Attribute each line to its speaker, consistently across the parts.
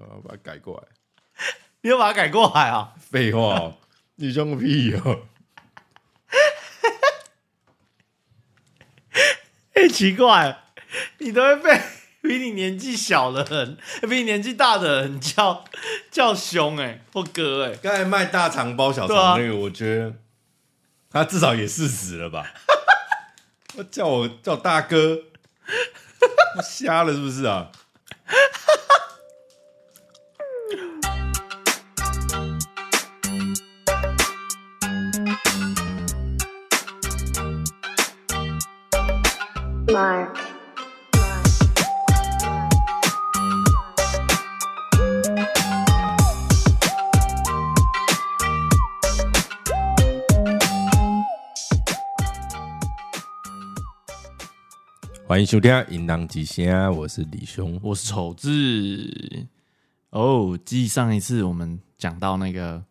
Speaker 1: 呃把它改过来。
Speaker 2: 你要把它改过来啊？
Speaker 1: 废话哦，你装个屁哦！
Speaker 2: 很哎奇怪，你都会被比你年纪小的人、比你年纪大的人叫叫凶哎、或哥哎、
Speaker 1: 刚才卖大肠包小
Speaker 2: 对啊
Speaker 1: 肠那个，我觉得他至少也四十了吧？ 他叫我叫我大哥，我瞎了是不是啊？
Speaker 3: Mark.
Speaker 1: 欢迎收听《银狼极限》，我是李兄。
Speaker 2: 我是丑字哦。记忆上一次我们讲到那个，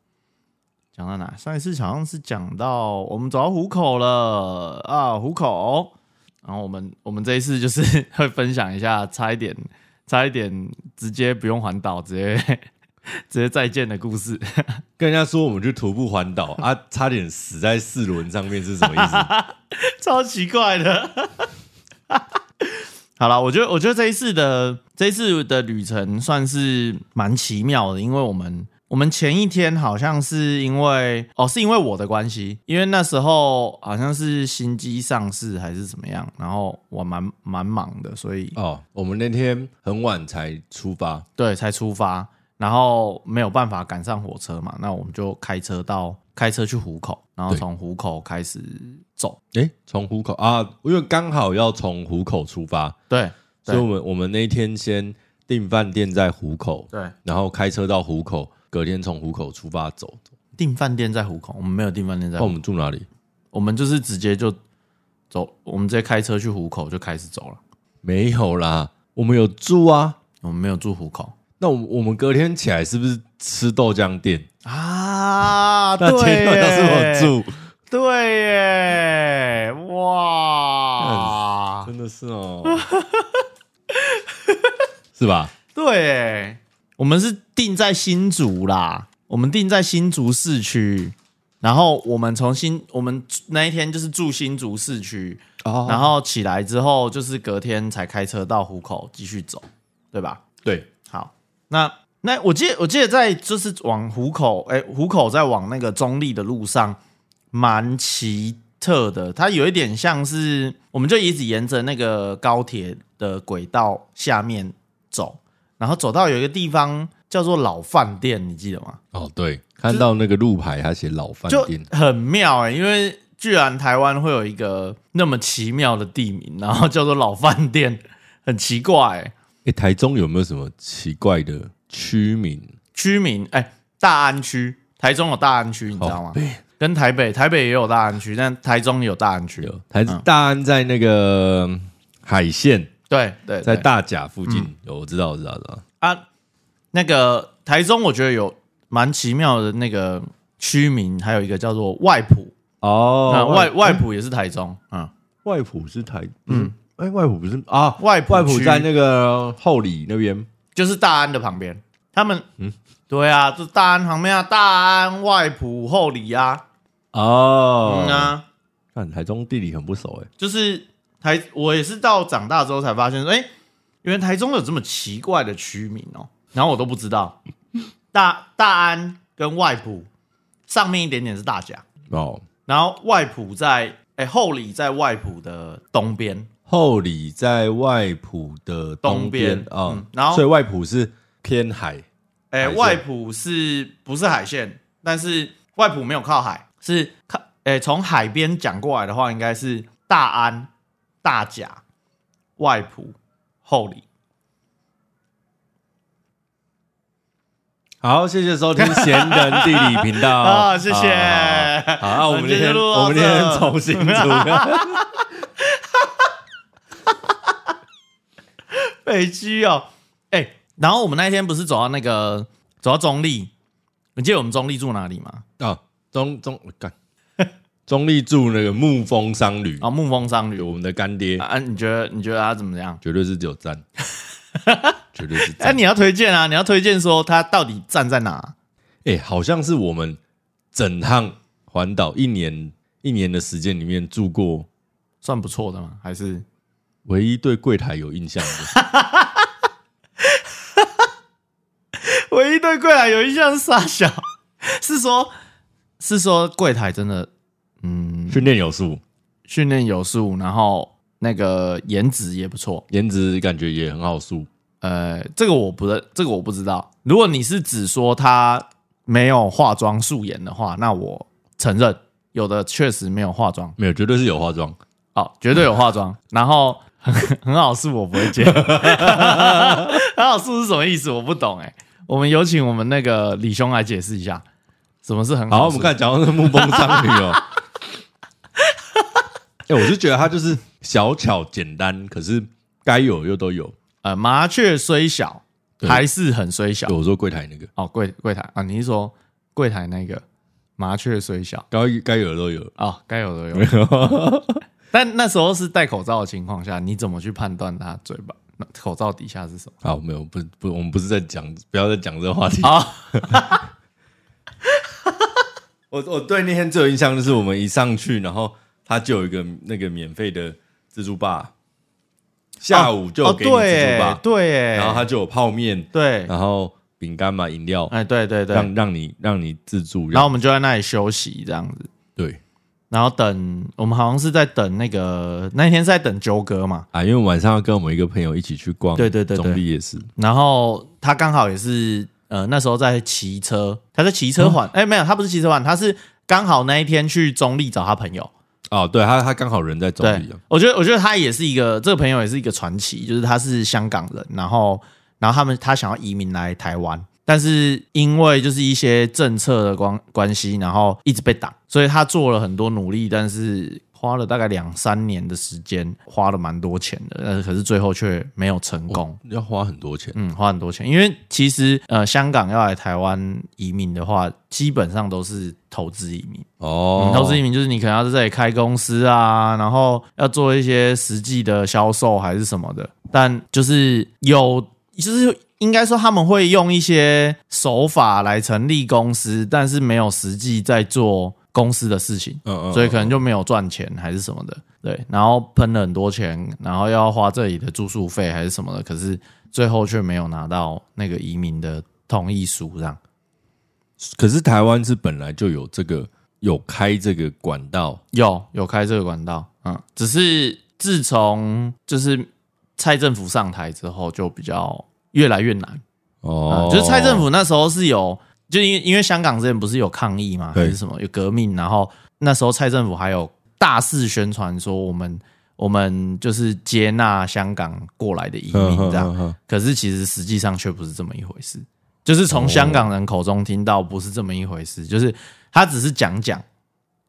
Speaker 2: 讲到哪？上一次好像是讲到我们走到虎口了啊，虎口。然后我们我们这一次就是 会分享一下，差一点差一点直接不用环岛，直接 直接再见的故事。
Speaker 1: 跟人家说我们去徒步环岛啊，差点死在四轮上面是什么意 思？
Speaker 2: 超奇怪的。好了，我觉得我觉得这一次的这一次的旅程算是蛮奇妙的，因为我们我们前一天好像是因为哦是因为我的关系，因为那时候好像是新机上市还是怎么样，然后我蛮蛮忙的，所以
Speaker 1: 哦，我们那天很晚才出发，
Speaker 2: 对，才出发，然后没有办法赶上火车嘛，那我们就开车到开车去虎口，然后
Speaker 1: 对
Speaker 2: 从虎口开始走，
Speaker 1: 诶，从虎口啊，因为刚好要从虎口出发，
Speaker 2: 对
Speaker 1: 所以我们我们那天先订饭店在虎口，
Speaker 2: 对，
Speaker 1: 然后开车到虎口，隔天从虎口出发走。
Speaker 2: 订饭店在虎口，我们没有订饭店在
Speaker 1: 那、
Speaker 2: 虎口
Speaker 1: 我们住哪里？
Speaker 2: 我们就是直接就走，我们直接开车去虎口就开始走了。
Speaker 1: 没有啦，我们有住啊。
Speaker 2: 我们没有住虎口
Speaker 1: 那我们我们隔天起来是不是吃豆浆店？
Speaker 2: 啊，
Speaker 1: 那前段要是
Speaker 2: 耶，
Speaker 1: 我住，
Speaker 2: 对耶，哇，
Speaker 1: 真的是哦， 是吧？
Speaker 2: 对耶，我们是定在新竹啦，我们定在新竹市区，然后我们从新，我们那一天就是住新竹市区，
Speaker 1: 哦
Speaker 2: 然后起来之后就是隔天才开车到虎口继续走，对吧？
Speaker 1: 对，
Speaker 2: 好，那那我记得我记得在就是往虎口，哎、虎口在往那个中立的路上，蛮奇特的。它有一点像是，我们就一直沿着那个高铁的轨道下面走，然后走到有一个地方叫做老饭店，你记得吗？
Speaker 1: 哦对，看到那个路牌，他写老饭
Speaker 2: 就
Speaker 1: 店，
Speaker 2: 很妙哎、因为居然台湾会有一个那么奇妙的地名，然后叫做老饭店，很奇怪、欸。
Speaker 1: 哎、台中有没有什么奇怪的区名？
Speaker 2: 居民，哎、大安区，台中有大安区，你知道吗？
Speaker 1: 哦对，
Speaker 2: 跟台北，台北也有大安区，但台中也有大安区。
Speaker 1: 有台大安在那个海线，
Speaker 2: 对对，
Speaker 1: 在
Speaker 2: 对
Speaker 1: 大甲附近，有我知道，我知道，我知道。
Speaker 2: 啊，那个台中，我觉得有蛮奇妙的那个区名，还有一个叫做外埔，
Speaker 1: 哦
Speaker 2: 那外外埔也是台中，嗯，
Speaker 1: 外埔是台，嗯，哎，外埔不是啊，
Speaker 2: 外埔
Speaker 1: 外埔
Speaker 2: 区
Speaker 1: 在那个后里那边，
Speaker 2: 就是大安的旁边。他们，嗯，对啊，就大安旁边啊，大安、外埔、后里啊，
Speaker 1: 哦
Speaker 2: 嗯啊，
Speaker 1: 看台中地理很不熟哎，
Speaker 2: 就是台，我也是到长大之后才发现说，哎、原来台中有这么奇怪的区名哦、然后我都不知道。大大安跟外埔上面一点点是大甲，
Speaker 1: 哦，
Speaker 2: 然后外埔在哎、后里在外埔的东边，
Speaker 1: 后里在外埔的
Speaker 2: 东边
Speaker 1: 边啊
Speaker 2: 嗯，然后
Speaker 1: 所以外埔是偏海
Speaker 2: 哎、
Speaker 1: 海线
Speaker 2: 外埔是不是海线？但是外埔没有靠海，是靠哎从、海边讲过来的话，应该是大安、大甲、外埔、后里。
Speaker 1: 好，谢谢收听闲人地理频道
Speaker 2: 啊谢谢
Speaker 1: 好好好好，那我们今
Speaker 2: 我们今天
Speaker 1: 天
Speaker 2: 就录到
Speaker 1: 我们今
Speaker 2: 这
Speaker 1: 天重新组，
Speaker 2: 北区哦，哎、然后我们那一天不是走到那个走到中立，你记得我们中立住哪里吗？
Speaker 1: 啊，中中干， 中立住那个沐风商旅
Speaker 2: 啊、，木风商
Speaker 1: 有
Speaker 2: 旅啊
Speaker 1: 我们的干爹，
Speaker 2: 啊，你觉得你觉得他怎么样？
Speaker 1: 绝对是只有赞，绝对是
Speaker 2: 哎、
Speaker 1: 赞。
Speaker 2: 你要推荐啊，你要推荐说他到底站在哪？
Speaker 1: 哎、好像是我们整趟环岛一年一年的时间里面住过
Speaker 2: 算不错的吗？还是
Speaker 1: 唯一对柜台有印象 的。
Speaker 2: 唯一对柜台有印象是傻小， 是说，是说柜台真的，嗯，
Speaker 1: 训练有素，
Speaker 2: 训练有素，然后那个颜值也不错。
Speaker 1: 颜值感觉也很好素。
Speaker 2: 呃，这个我不认，这个我不知道。如果你是只说他没有化妆素颜的话，那我承认有的确实没有化妆，
Speaker 1: 没有，绝对是有化妆。
Speaker 2: 哦，绝对有化 妆，然后 很 很好素我不会接，很好素是什么意思？我不懂哎、我们有请我们那个李兄来解释一下，什么是很
Speaker 1: 好，
Speaker 2: 好
Speaker 1: 我
Speaker 2: 素
Speaker 1: 们看讲到那个木崩商女哦。 哎、我就觉得她就是小巧简单，可是该有又都有。
Speaker 2: 呃，麻雀虽小，
Speaker 1: 对
Speaker 2: 还是很虽小
Speaker 1: 对。我说柜台那个
Speaker 2: 哦，柜柜台啊，你是说柜台那个麻雀虽小
Speaker 1: 该该有的都有。
Speaker 2: 哦，该有的有。 但那时候是戴口罩的情况下，你怎么去判断它嘴巴那口罩底下是什么？
Speaker 1: 好，没有不不，我们不是在讲，不要再讲这个话题。
Speaker 2: 好，
Speaker 1: 我我对那天最有印象就是我们一上去，然后他就有一个那个免费的自助吧，下午就有
Speaker 2: 哦
Speaker 1: 给你自助
Speaker 2: 对
Speaker 1: 吧，
Speaker 2: 欸对欸，
Speaker 1: 然后他就有泡面，
Speaker 2: 对，
Speaker 1: 然后饼干嘛，饮料，
Speaker 2: 哎对对对，
Speaker 1: 让让你让你自助，
Speaker 2: 然后我们就在那里休息这样子，
Speaker 1: 对
Speaker 2: 然后等我们好像是在等那个那天是在等纠哥嘛，
Speaker 1: 啊，因为晚上要跟我们一个朋友一起去逛，
Speaker 2: 对对对对
Speaker 1: 中立夜市，
Speaker 2: 然后他刚好也是呃那时候在骑车，他在骑车
Speaker 1: 嗯
Speaker 2: 环，哎、没有，他不是骑车环，他是刚好那一天去中立找他朋友。
Speaker 1: 哦，对他他刚好人在中
Speaker 2: 对
Speaker 1: 立啊，，
Speaker 2: 我觉得我觉得他也是一个这个朋友也是一个传奇，就是他是香港人，然后然后他们他想要移民来台湾。但是因为就是一些政策的关关系，然后一直被挡，所以他做了很多努力，但是花了大概两三年的时间，花了蛮多钱的，但呃是可是最后却没有成功。
Speaker 1: 要花很多钱，
Speaker 2: 嗯，花很多钱，因为其实呃，香港要来台湾移民的话，基本上都是投资移民。
Speaker 1: 哦
Speaker 2: 嗯，投资移民就是你可能要在这里开公司啊，然后要做一些实际的销售还是什么的。但就是有，就是应该说他们会用一些手法来成立公司，但是没有实际在做公司的事情。
Speaker 1: 嗯嗯，
Speaker 2: 所以可能就没有赚钱还是什么的，对，然后喷了很多钱，然后要花这里的住宿费还是什么的，可是最后却没有拿到那个移民的同意书，这样
Speaker 1: 可是台湾是本来就有这个有开这个管道，
Speaker 2: 有有开这个管道，嗯，只是自从就是蔡政府上台之后，就比较越来越难，
Speaker 1: 哦
Speaker 2: 嗯，就是蔡政府那时候是有，就因为因为香港之前不是有抗议嘛，还
Speaker 1: 对
Speaker 2: 是什么有革命，然后那时候蔡政府还有大肆宣传说我们我们就是接纳香港过来的移民这样，
Speaker 1: 样，
Speaker 2: 可是其实实际上却不是这么一回事，就是从香港人口中听到不是这么一回事，就是他只是讲讲，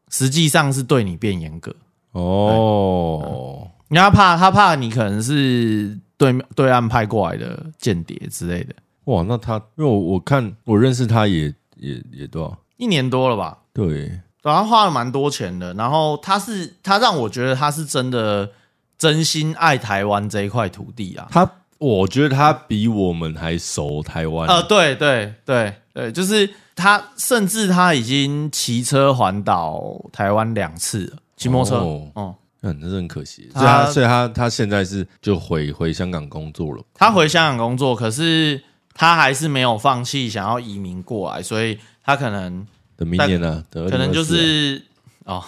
Speaker 2: 实际上是对你变严格，
Speaker 1: 哦，
Speaker 2: 因为他怕他怕你可能是对对岸派过来的间谍之类的，
Speaker 1: 哇，那他因为我我看我认识他也也也多少
Speaker 2: 一年多了吧，
Speaker 1: 对，
Speaker 2: 对，他花了蛮多钱的。然后他是他让我觉得他是真的真心爱台湾这一块土地啊。
Speaker 1: 他我觉得他比我们还熟台湾，
Speaker 2: 呃，对对对对，就是他，甚至他已经骑车环岛台湾两次了，骑摩托车。
Speaker 1: 哦
Speaker 2: 哦、
Speaker 1: 那真是很可惜。所
Speaker 2: 他
Speaker 1: 以他所以他他现在是就回回香港工作了，
Speaker 2: 他回香港工作，可是他还是没有放弃想要移民过来，所以他可能
Speaker 1: 等明年呢、啊，等2024
Speaker 2: 可能就
Speaker 1: 啊
Speaker 2: 是哦，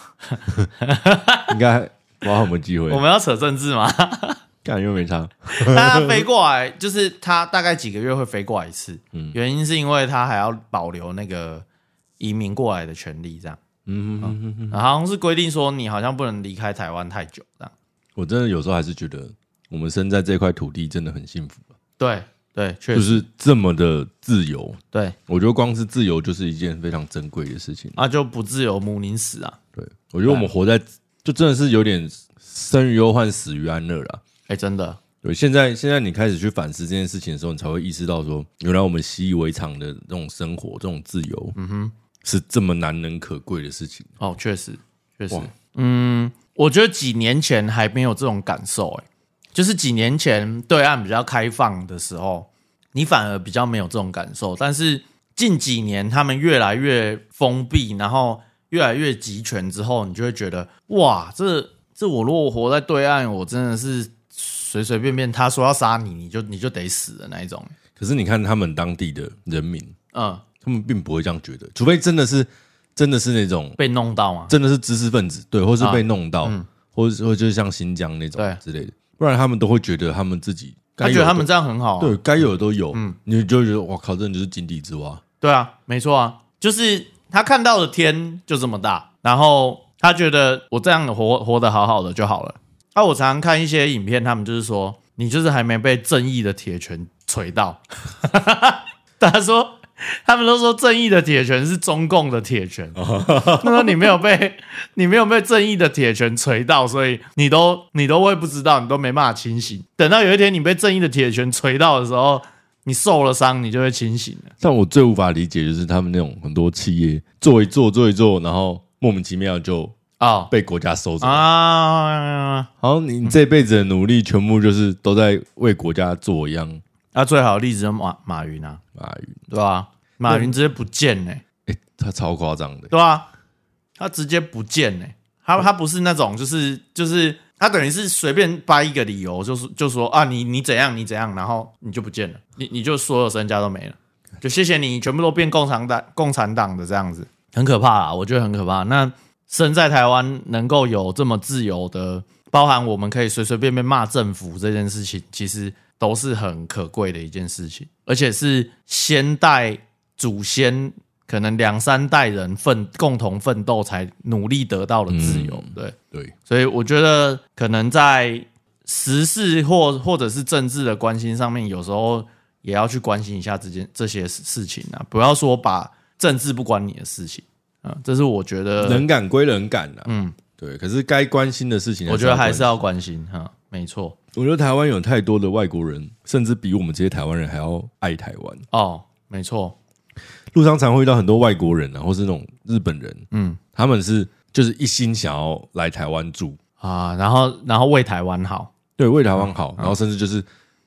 Speaker 1: 应该不知道有没有机会
Speaker 2: 我，们要扯政治吗？
Speaker 1: 干又没差，
Speaker 2: 他飞过来，就是他大概几个月会飞过来一次。
Speaker 1: 嗯
Speaker 2: 原因是因为他还要保留那个移民过来的权利，这样。
Speaker 1: 嗯，
Speaker 2: 然后好像是规定说，你好像不能离开台湾太久，这样。
Speaker 1: 我真的有时候还是觉得我们生在这块土地真的很幸福，
Speaker 2: 对对，确
Speaker 1: 就
Speaker 2: 实
Speaker 1: 是这么的自由。
Speaker 2: 对
Speaker 1: 我觉得光是自由就是一件非常珍贵的事情。
Speaker 2: 啊，就不自由母宁死啊！
Speaker 1: 对，我觉得我们活在就真的是有点生于忧患，死于安乐啦。
Speaker 2: 哎，真的，
Speaker 1: 对，现在现在你开始去反思这件事情的时候，你才会意识到说，原来我们习以为常的这种生活、这种自由，嗯哼，是这么难能可贵的事情。
Speaker 2: 哦，确实确实
Speaker 1: 哇，
Speaker 2: 嗯，我觉得几年前还没有这种感受、哎，就是几年前对岸比较开放的时候，你反而比较没有这种感受。但是近几年他们越来越封闭，然后越来越集权之后，你就会觉得哇，这这我如果活在对岸，我真的是随随便便他说要杀你，你就你就得死的那一种。
Speaker 1: 可是你看他们当地的人民，
Speaker 2: 嗯，
Speaker 1: 他们并不会这样觉得，除非真的是真的是那种
Speaker 2: 被弄到嘛，
Speaker 1: 真的是知识分子，对，或是
Speaker 2: 啊
Speaker 1: 被弄到，
Speaker 2: 嗯
Speaker 1: 或者或者就是像新疆那
Speaker 2: 对
Speaker 1: 种之类的，不然他们都会觉得他们自己该
Speaker 2: 他
Speaker 1: 有
Speaker 2: 觉
Speaker 1: 的，
Speaker 2: 得他们嗯这样很好、啊。
Speaker 1: 对该有的都有，你就会觉得哇靠，这人就是井底之蛙。
Speaker 2: 对啊，没错啊，就是他看到的天就这么大，然后他觉得我这样活活得好好的就好了。啊，我常常看一些影片，他们就是说你就是还没被正义的铁拳锤到。 他说，他们都说正义的铁拳是中共的铁拳，他说你没有被你没有被正义的铁拳锤到，所以你都你都会不知道，你都没办法清醒。等到有一天你被正义的铁拳锤到的时候，你受了伤，你就会清醒了。
Speaker 1: 但我最无法理解就是他们那种很多企业做一做做一做，然后莫名其妙就
Speaker 2: 哦
Speaker 1: 被国家收走。
Speaker 2: 啊
Speaker 1: 好像你这辈子的努力全部就是都在为国家做一样
Speaker 2: 啊！最好的例子就马马云啊，
Speaker 1: 马云，
Speaker 2: 对吧、马云直接不见呢、
Speaker 1: 哎、他超夸张的，
Speaker 2: 对吧、他直接不见呢、他他不是那种就是就是他等于是随便掰一个理由，就是就说啊你你怎样你怎样，然后你就不见了，你你就所有身家都没了，就谢谢你全部都变共产党共产党的这样子，很可怕啊，我觉得很可怕。那身在台湾能够有这么自由的，包含我们可以随随便便骂政府这件事情，其实都是很可贵的一件事情，而且是先代祖先可能两三代人奋共同奋斗才努力得到的自由。对，
Speaker 1: 对，
Speaker 2: 所以我觉得可能在时事或或者是政治的关心上面，有时候也要去关心一下这件这些事事情啊，不要说把政治不关你的事情。啊，这是我觉得
Speaker 1: 人感归人感啦、嗯，对，可是该关心的事情，
Speaker 2: 我觉得还是要关心哈，没错
Speaker 1: 我觉得台湾有太多的外国人，甚至比我们这些台湾人还要爱台湾。
Speaker 2: 哦，没错，
Speaker 1: 路上常会遇到很多外国人啊，或是那种日本人，
Speaker 2: 嗯
Speaker 1: 他们是就是一心想要来台湾住，
Speaker 2: 啊，然后然后为台湾好
Speaker 1: 对，为台湾好，然后甚至就是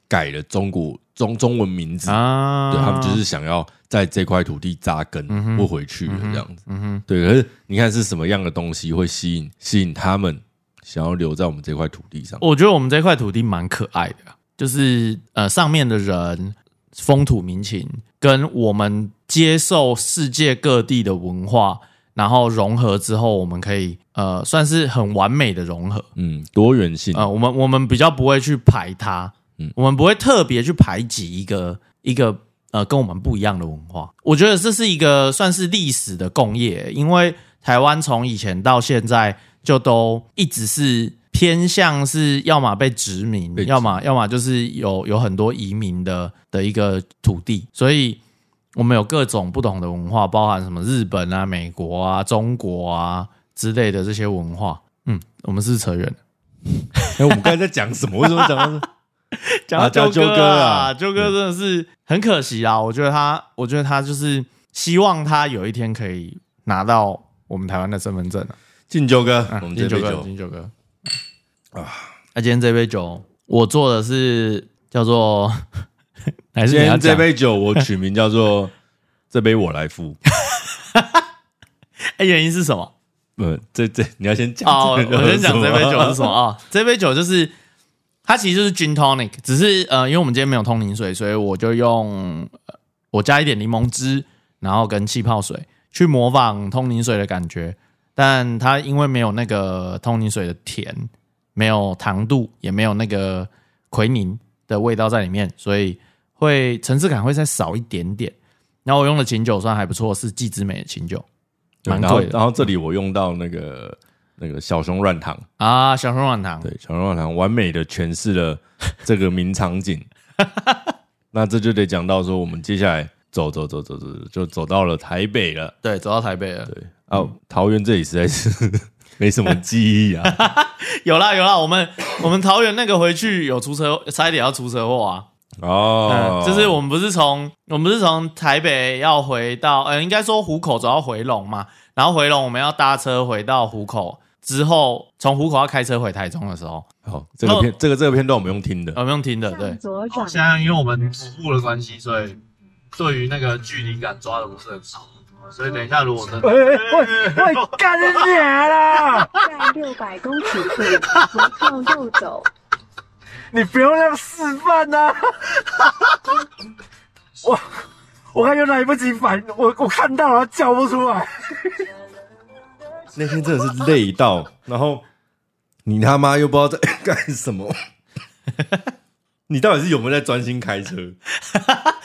Speaker 1: 改了中国中中文名字，
Speaker 2: 啊，
Speaker 1: 对他们就是想要在这块土地扎根，不回去了这样子。对，可是你看是什么样的东西会吸引吸引他们想要留在我们这块土地上？
Speaker 2: 我觉得我们这块土地蛮可爱的啊，就是呃上面的人风土民情跟我们接受世界各地的文化，然后融合之后，我们可以呃算是很完美的融合。
Speaker 1: 嗯，多元性，
Speaker 2: 呃，我们我们比较不会去排它，
Speaker 1: 嗯
Speaker 2: 我们不会特别去排挤一个一个呃跟我们不一样的文化。我觉得这是一个算是历史的共业，因为台湾从以前到现在就都一直是偏向是要么被殖民，
Speaker 1: 被殖
Speaker 2: 要么要么就是有有很多移民的的一个土地，所以。我们有各种不同的文化，包含什么日本啊、美国啊、中国啊之类的这些文化。嗯，我们是不是扯远了。
Speaker 1: 哎、我们刚才在讲什么？为什么讲到 这？
Speaker 2: 讲
Speaker 1: 啊
Speaker 2: 到
Speaker 1: 讲
Speaker 2: 鸠
Speaker 1: 鸠
Speaker 2: 哥
Speaker 1: 哥
Speaker 2: 啊，
Speaker 1: 啊
Speaker 2: 鸠哥真的是很可惜啊！我觉得他，我觉得他就是希望他有一天可以拿到我们台湾的身份证啊。
Speaker 1: 敬酒哥，我们
Speaker 2: 敬
Speaker 1: 这杯
Speaker 2: 酒哥，
Speaker 1: 酒，
Speaker 2: 敬酒哥啊！那今天这杯酒，我做的是叫做 还是
Speaker 1: 今
Speaker 2: 你要
Speaker 1: 天这
Speaker 2: 讲？
Speaker 1: 杯酒我取名叫做 “这杯我来付
Speaker 2: 哎，原因是什么？”。
Speaker 1: 嗯，这这你要先讲
Speaker 2: 哦，
Speaker 1: 这个
Speaker 2: 我先讲这杯酒是什
Speaker 1: 什么
Speaker 2: 么啊、哦？这杯酒就是它其实就是 gin tonic，只是呃，因为我们今天没有通灵水，所以我就用呃我加一点柠檬汁，然后跟气泡水去模仿通灵水的感觉，但它因为没有那个通灵水的甜，没有糖度，也没有那个奎宁的味道在里面，所以会层次感会再少一点点。然后我用的琴酒算还不错，是季之美的琴酒，
Speaker 1: 对
Speaker 2: 蛮
Speaker 1: 然后
Speaker 2: 贵的
Speaker 1: 然后这里我用到那个那个小熊软糖，
Speaker 2: 啊，小松软糖。
Speaker 1: 对，小熊软糖完美的诠释了这个名场 景。那这就得讲到说，我们接下来走走走走走，就走到了台北了。
Speaker 2: 对，走到台北了。
Speaker 1: 对，啊，桃园这里实在是 没什么记忆 啊。
Speaker 2: 有啦有啦，我们我们桃园那个回去有出车，差一点要出车祸啊！
Speaker 1: 哦
Speaker 2: 嗯，，就是我们不是从我们不是从台北要回到，呃，应该说湖口走到回龙嘛，然后回龙我们要搭车回到湖口，之后从虎口要开车回台中的时候，
Speaker 1: 好，这个片这个这个片段我们用听的，
Speaker 2: 呃，不用听的，对
Speaker 3: 向，左转
Speaker 4: 好，像因为我们徒步的关系，所以对于那个距离感抓的不是很好，所以等一下如果真的，
Speaker 5: 干你娘啊啦！
Speaker 3: 在六百公尺处回靠右走。
Speaker 5: 你不用那么示范呐、我我看有来不及反，我我看到了叫不出来。
Speaker 1: 那天真的是累到，然后你他妈又不知道在 干什么，你到底是有没有在专心开车？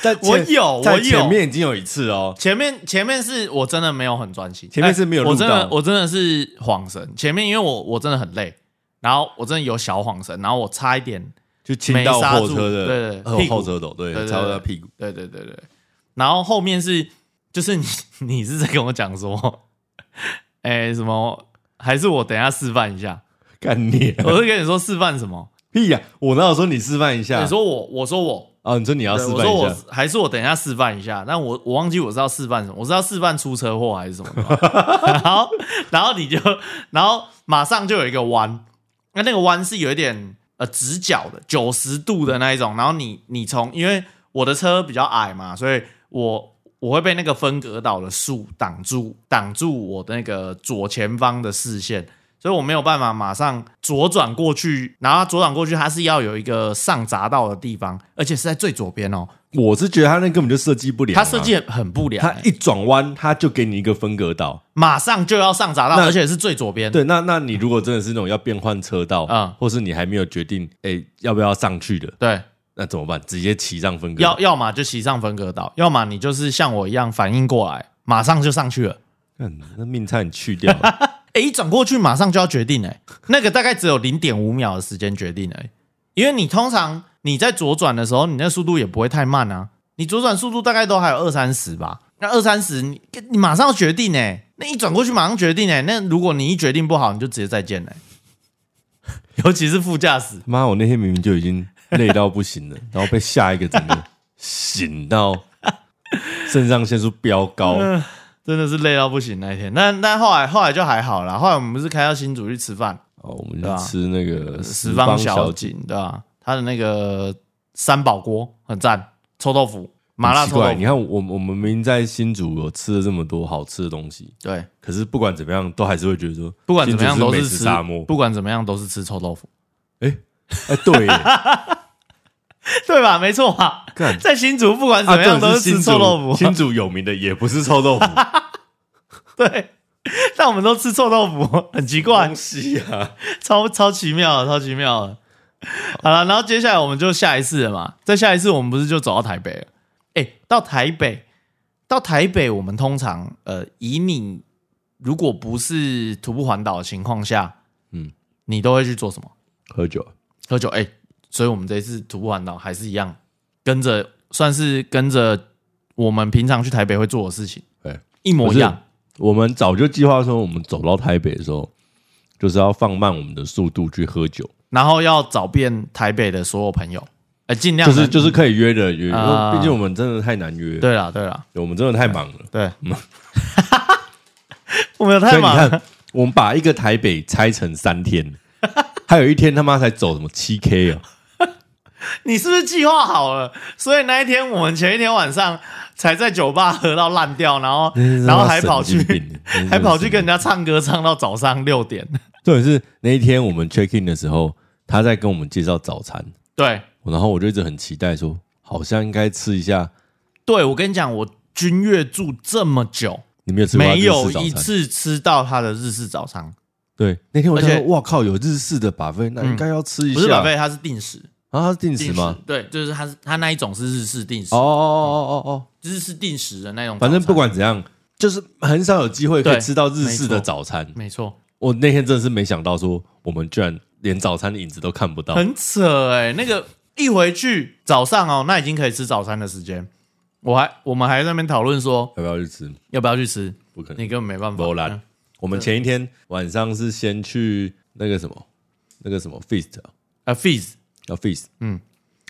Speaker 1: 在前
Speaker 2: 我有
Speaker 1: 在
Speaker 2: 我有
Speaker 1: 前面已经有一次哦，
Speaker 2: 前面前面是我真的没有很专心，
Speaker 1: 前面是没有
Speaker 2: 哎我
Speaker 1: 录
Speaker 2: 真
Speaker 1: 到
Speaker 2: 的我真的是晃神，前面因为我我真的很累，然后我真的有小晃神，然后我差一点，
Speaker 1: 就亲到
Speaker 2: 没刹住
Speaker 1: 后车的，
Speaker 2: 对对
Speaker 1: 后
Speaker 2: 屁股
Speaker 1: 后车斗，对，
Speaker 2: 对对
Speaker 1: 插到他屁股。
Speaker 2: 对对对对，对然后后面是就是你 你是在跟我讲说，哎、什么？还是我等一下示 范一下，
Speaker 1: 干你啊
Speaker 2: 我是跟你说示范什么？
Speaker 1: 屁呀！我哪有说你示范一下？
Speaker 2: 你说我，我说我，
Speaker 1: 啊，你说你要示
Speaker 2: 对我
Speaker 1: 范
Speaker 2: 说
Speaker 1: 一
Speaker 2: 我
Speaker 1: 下，
Speaker 2: 还是我等一下示范一下，但我我忘记我是要示范什么，我是要示范出车祸还是什么的 然后然后你就然后马上就有一个弯，那那个弯是有一点呃直角的九十度的那一种，然后你你从因为我的车比较矮嘛，所以我我会被那个分隔岛的树挡住挡住我的那个左前方的视线。所以我没有办法马上左转过去，然后左转过去，它是要有一个上匝道的地方，而且是在最左边哦。
Speaker 1: 我是觉得他那根本就设计不了，啊
Speaker 2: 它设计得很不良、
Speaker 1: 他
Speaker 2: 欸
Speaker 1: 一转弯，他就给你一个分隔岛。
Speaker 2: 马上就要上匝道，
Speaker 1: 那
Speaker 2: 而且是最左边。
Speaker 1: 对，那那你如果真的是那种要变换车道，
Speaker 2: 嗯
Speaker 1: 啊，或是你还没有决定，哎，要不要上去的，
Speaker 2: 对，
Speaker 1: 那怎么办？直接骑上分隔
Speaker 2: 要
Speaker 1: 岛。
Speaker 2: 要么就骑上分隔岛，要么你就是像我一样反应过来，马上就上去了。
Speaker 1: 干那命差点去掉了，
Speaker 2: 哎，一转过去马上就要决定哎、那个大概只有零点五秒的时间决定哎、因为你通常你在左转的时候，你那速度也不会太慢啊，你左转速度大概都还有二三十吧。那二三十，你你马上要决定哎、那一转过去马上决定哎、那如果你一决定不好，你就直接再见哎、 尤其是副驾驶，
Speaker 1: 妈！我那天明明就已经累到不行了，然后被下一个整 个醒到肾上腺素飙高，
Speaker 2: 嗯真的是累到不行那一天。那那后来后来就还好啦，后来我们不是开到新竹去吃饭，
Speaker 1: 哦，我们
Speaker 2: 对啊
Speaker 1: 去吃那个
Speaker 2: 十
Speaker 1: 方
Speaker 2: 方小
Speaker 1: 姐，
Speaker 2: 景对吧、他的那个三宝锅很赞，臭豆腐、麻辣
Speaker 1: 很奇
Speaker 2: 臭豆
Speaker 1: 怪，你
Speaker 2: 腐，
Speaker 1: 看我我们明明在新竹有吃了这么多好吃的东西，
Speaker 2: 对，
Speaker 1: 可是不管怎么样，都还是会觉得说，
Speaker 2: 不管怎么样
Speaker 1: 新竹
Speaker 2: 都
Speaker 1: 是
Speaker 2: 是
Speaker 1: 美食
Speaker 2: 吃
Speaker 1: 沙漠。
Speaker 2: 不管怎么样都是吃臭豆腐，
Speaker 1: 哎，对耶，
Speaker 2: 对吧？没 错吧？
Speaker 1: 干
Speaker 2: 在新竹不 管怎么
Speaker 1: 啊
Speaker 2: 样
Speaker 1: 重点
Speaker 2: 都
Speaker 1: 是
Speaker 2: 是吃
Speaker 1: 新
Speaker 2: 臭
Speaker 1: 竹
Speaker 2: 豆腐，
Speaker 1: 新竹有名的也不是臭豆 腐，
Speaker 2: 对。但我们都吃臭豆腐，很奇怪
Speaker 1: 东，西啊，
Speaker 2: 超超奇妙的，超奇妙的。好了，然后接下来我们就下一次了嘛，再下一次我们不是就走到台北了？哎、到台北，到台北，我们通常呃，以你如果不是徒步环岛的情况下，嗯
Speaker 1: 嗯，
Speaker 2: 你都会去做什么？
Speaker 1: 喝酒
Speaker 2: 喝酒。哎、所以我们这一次徒步环岛还是一样，跟着算是跟着我们平常去台北会做的事情，
Speaker 1: 哎
Speaker 2: 一模一
Speaker 1: 不
Speaker 2: 样
Speaker 1: 是。我们早就计划说，我们走到台北的时候，就是要放慢我们的速度去喝酒。
Speaker 2: 然后要找遍台北的所有朋友，呃，尽量
Speaker 1: 就是
Speaker 2: 能
Speaker 1: 就是可以约的约，因
Speaker 2: 啊
Speaker 1: 为毕竟我们真的太难约，，
Speaker 2: 对啦对啦，
Speaker 1: 我们真的太忙了。
Speaker 2: 对， 我们有
Speaker 1: 所以
Speaker 2: 太
Speaker 1: 你
Speaker 2: 忙了，
Speaker 1: 看，我们把一个台北拆成三天， 还有一天他妈才走什么七 K 啊？
Speaker 2: 你是不是计划好了？所以那一天我们前一天晚上才在酒吧喝到烂掉，然后
Speaker 1: 真是
Speaker 2: 然后
Speaker 1: 他妈
Speaker 2: 还跑
Speaker 1: 神经
Speaker 2: 去
Speaker 1: 病真是
Speaker 2: 还跑去跟人家唱歌，唱到早上六点。
Speaker 1: 重点是那一天我们 check in 的时候，他在跟我们介绍早餐，
Speaker 2: 对
Speaker 1: 然后我就一直很期待说，好像应该吃一下。
Speaker 2: 对，我跟你讲，我君越住这么久，
Speaker 1: 你没有吃过他
Speaker 2: 没
Speaker 1: 日
Speaker 2: 有
Speaker 1: 式早
Speaker 2: 一
Speaker 1: 餐？
Speaker 2: 次吃到他的日式早餐，
Speaker 1: 对，那天我就
Speaker 2: 而
Speaker 1: 说，
Speaker 2: 且嗯
Speaker 1: 哇靠，有日式的把费，那应该要吃一下。
Speaker 2: 不是把费，它是定时
Speaker 1: 啊，它是定时
Speaker 2: 定
Speaker 1: 吗
Speaker 2: 时？，对，就是它是它那一种是日式定时
Speaker 1: 哦，哦哦哦哦，
Speaker 2: 日式定时的那种早
Speaker 1: 反
Speaker 2: 餐，
Speaker 1: 正不管怎样，就是很少有机会可
Speaker 2: 对
Speaker 1: 以吃到日式
Speaker 2: 没
Speaker 1: 的
Speaker 2: 错
Speaker 1: 早餐。
Speaker 2: 没错。
Speaker 1: 我那天真的是没想到，说我们居然连早餐的影子都看不到。
Speaker 2: 很扯哎、那个一回去早上哦，那已经可以吃早餐的时间，我还我们还在那边讨论说
Speaker 1: 要不要去吃？
Speaker 2: 要不要去吃，
Speaker 1: 不可能
Speaker 2: 你，根本没办法。
Speaker 1: 不然。我们前一天晚上是先去那个什么，那个什么 feast 啊，
Speaker 2: 啊 f e e z
Speaker 1: 叫 feast，
Speaker 2: 嗯，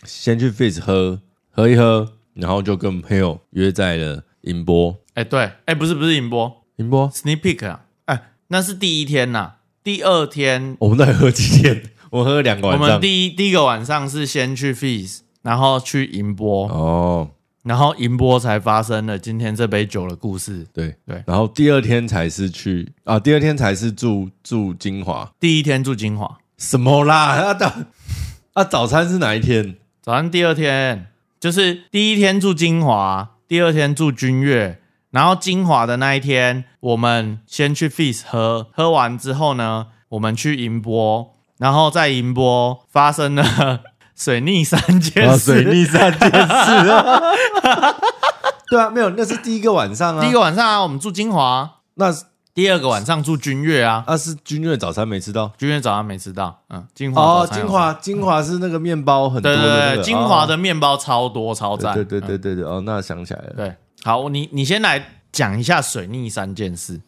Speaker 1: 先去 feast 喝喝一喝，然后就跟朋友约在了银波，
Speaker 2: 哎、对，哎、不是不是影波
Speaker 1: 银波
Speaker 2: ，Sneak Peek 啊，哎、那是第一天呐、第二天，
Speaker 1: 我们到底喝几天？我喝了两个
Speaker 2: 我
Speaker 1: 晚
Speaker 2: 们
Speaker 1: 上。
Speaker 2: 第一第一个晚上是先去 Fees，然后去银波，
Speaker 1: 哦，
Speaker 2: 然后银波才发生了今天这杯酒的故事。
Speaker 1: 对
Speaker 2: 对
Speaker 1: 然后第二天才是去啊，第二天才是住住金华。
Speaker 2: 第一天住金华，
Speaker 1: 什么啦？啊早啊早餐是哪一天？
Speaker 2: 早上第二天就是第一天住金华，第二天住君悦，然后金华的那一天，我们先去 Feast 喝，喝完之后呢，我们去银波，然后在银波发生了水逆三件
Speaker 1: 啊，
Speaker 2: 事。
Speaker 1: 水逆三件事 啊。对啊，没有，那是第一个晚上啊。
Speaker 2: 第一个晚上啊，我们住金华，
Speaker 1: 那
Speaker 2: 第二个晚上住君悦啊，
Speaker 1: 那是君悦早餐没吃到。
Speaker 2: 君悦早上没吃到，嗯，金华
Speaker 1: 哦
Speaker 2: 早，餐有
Speaker 1: 金华金华是那个面包很多
Speaker 2: 对
Speaker 1: 的
Speaker 2: 对
Speaker 1: 那
Speaker 2: 对，
Speaker 1: 个
Speaker 2: 对金华
Speaker 1: 哦
Speaker 2: 的面包超多超赞，
Speaker 1: 对对
Speaker 2: 嗯
Speaker 1: 对对对，哦，那想起来了。
Speaker 2: 对，好，你你先来讲一下水逆三件事，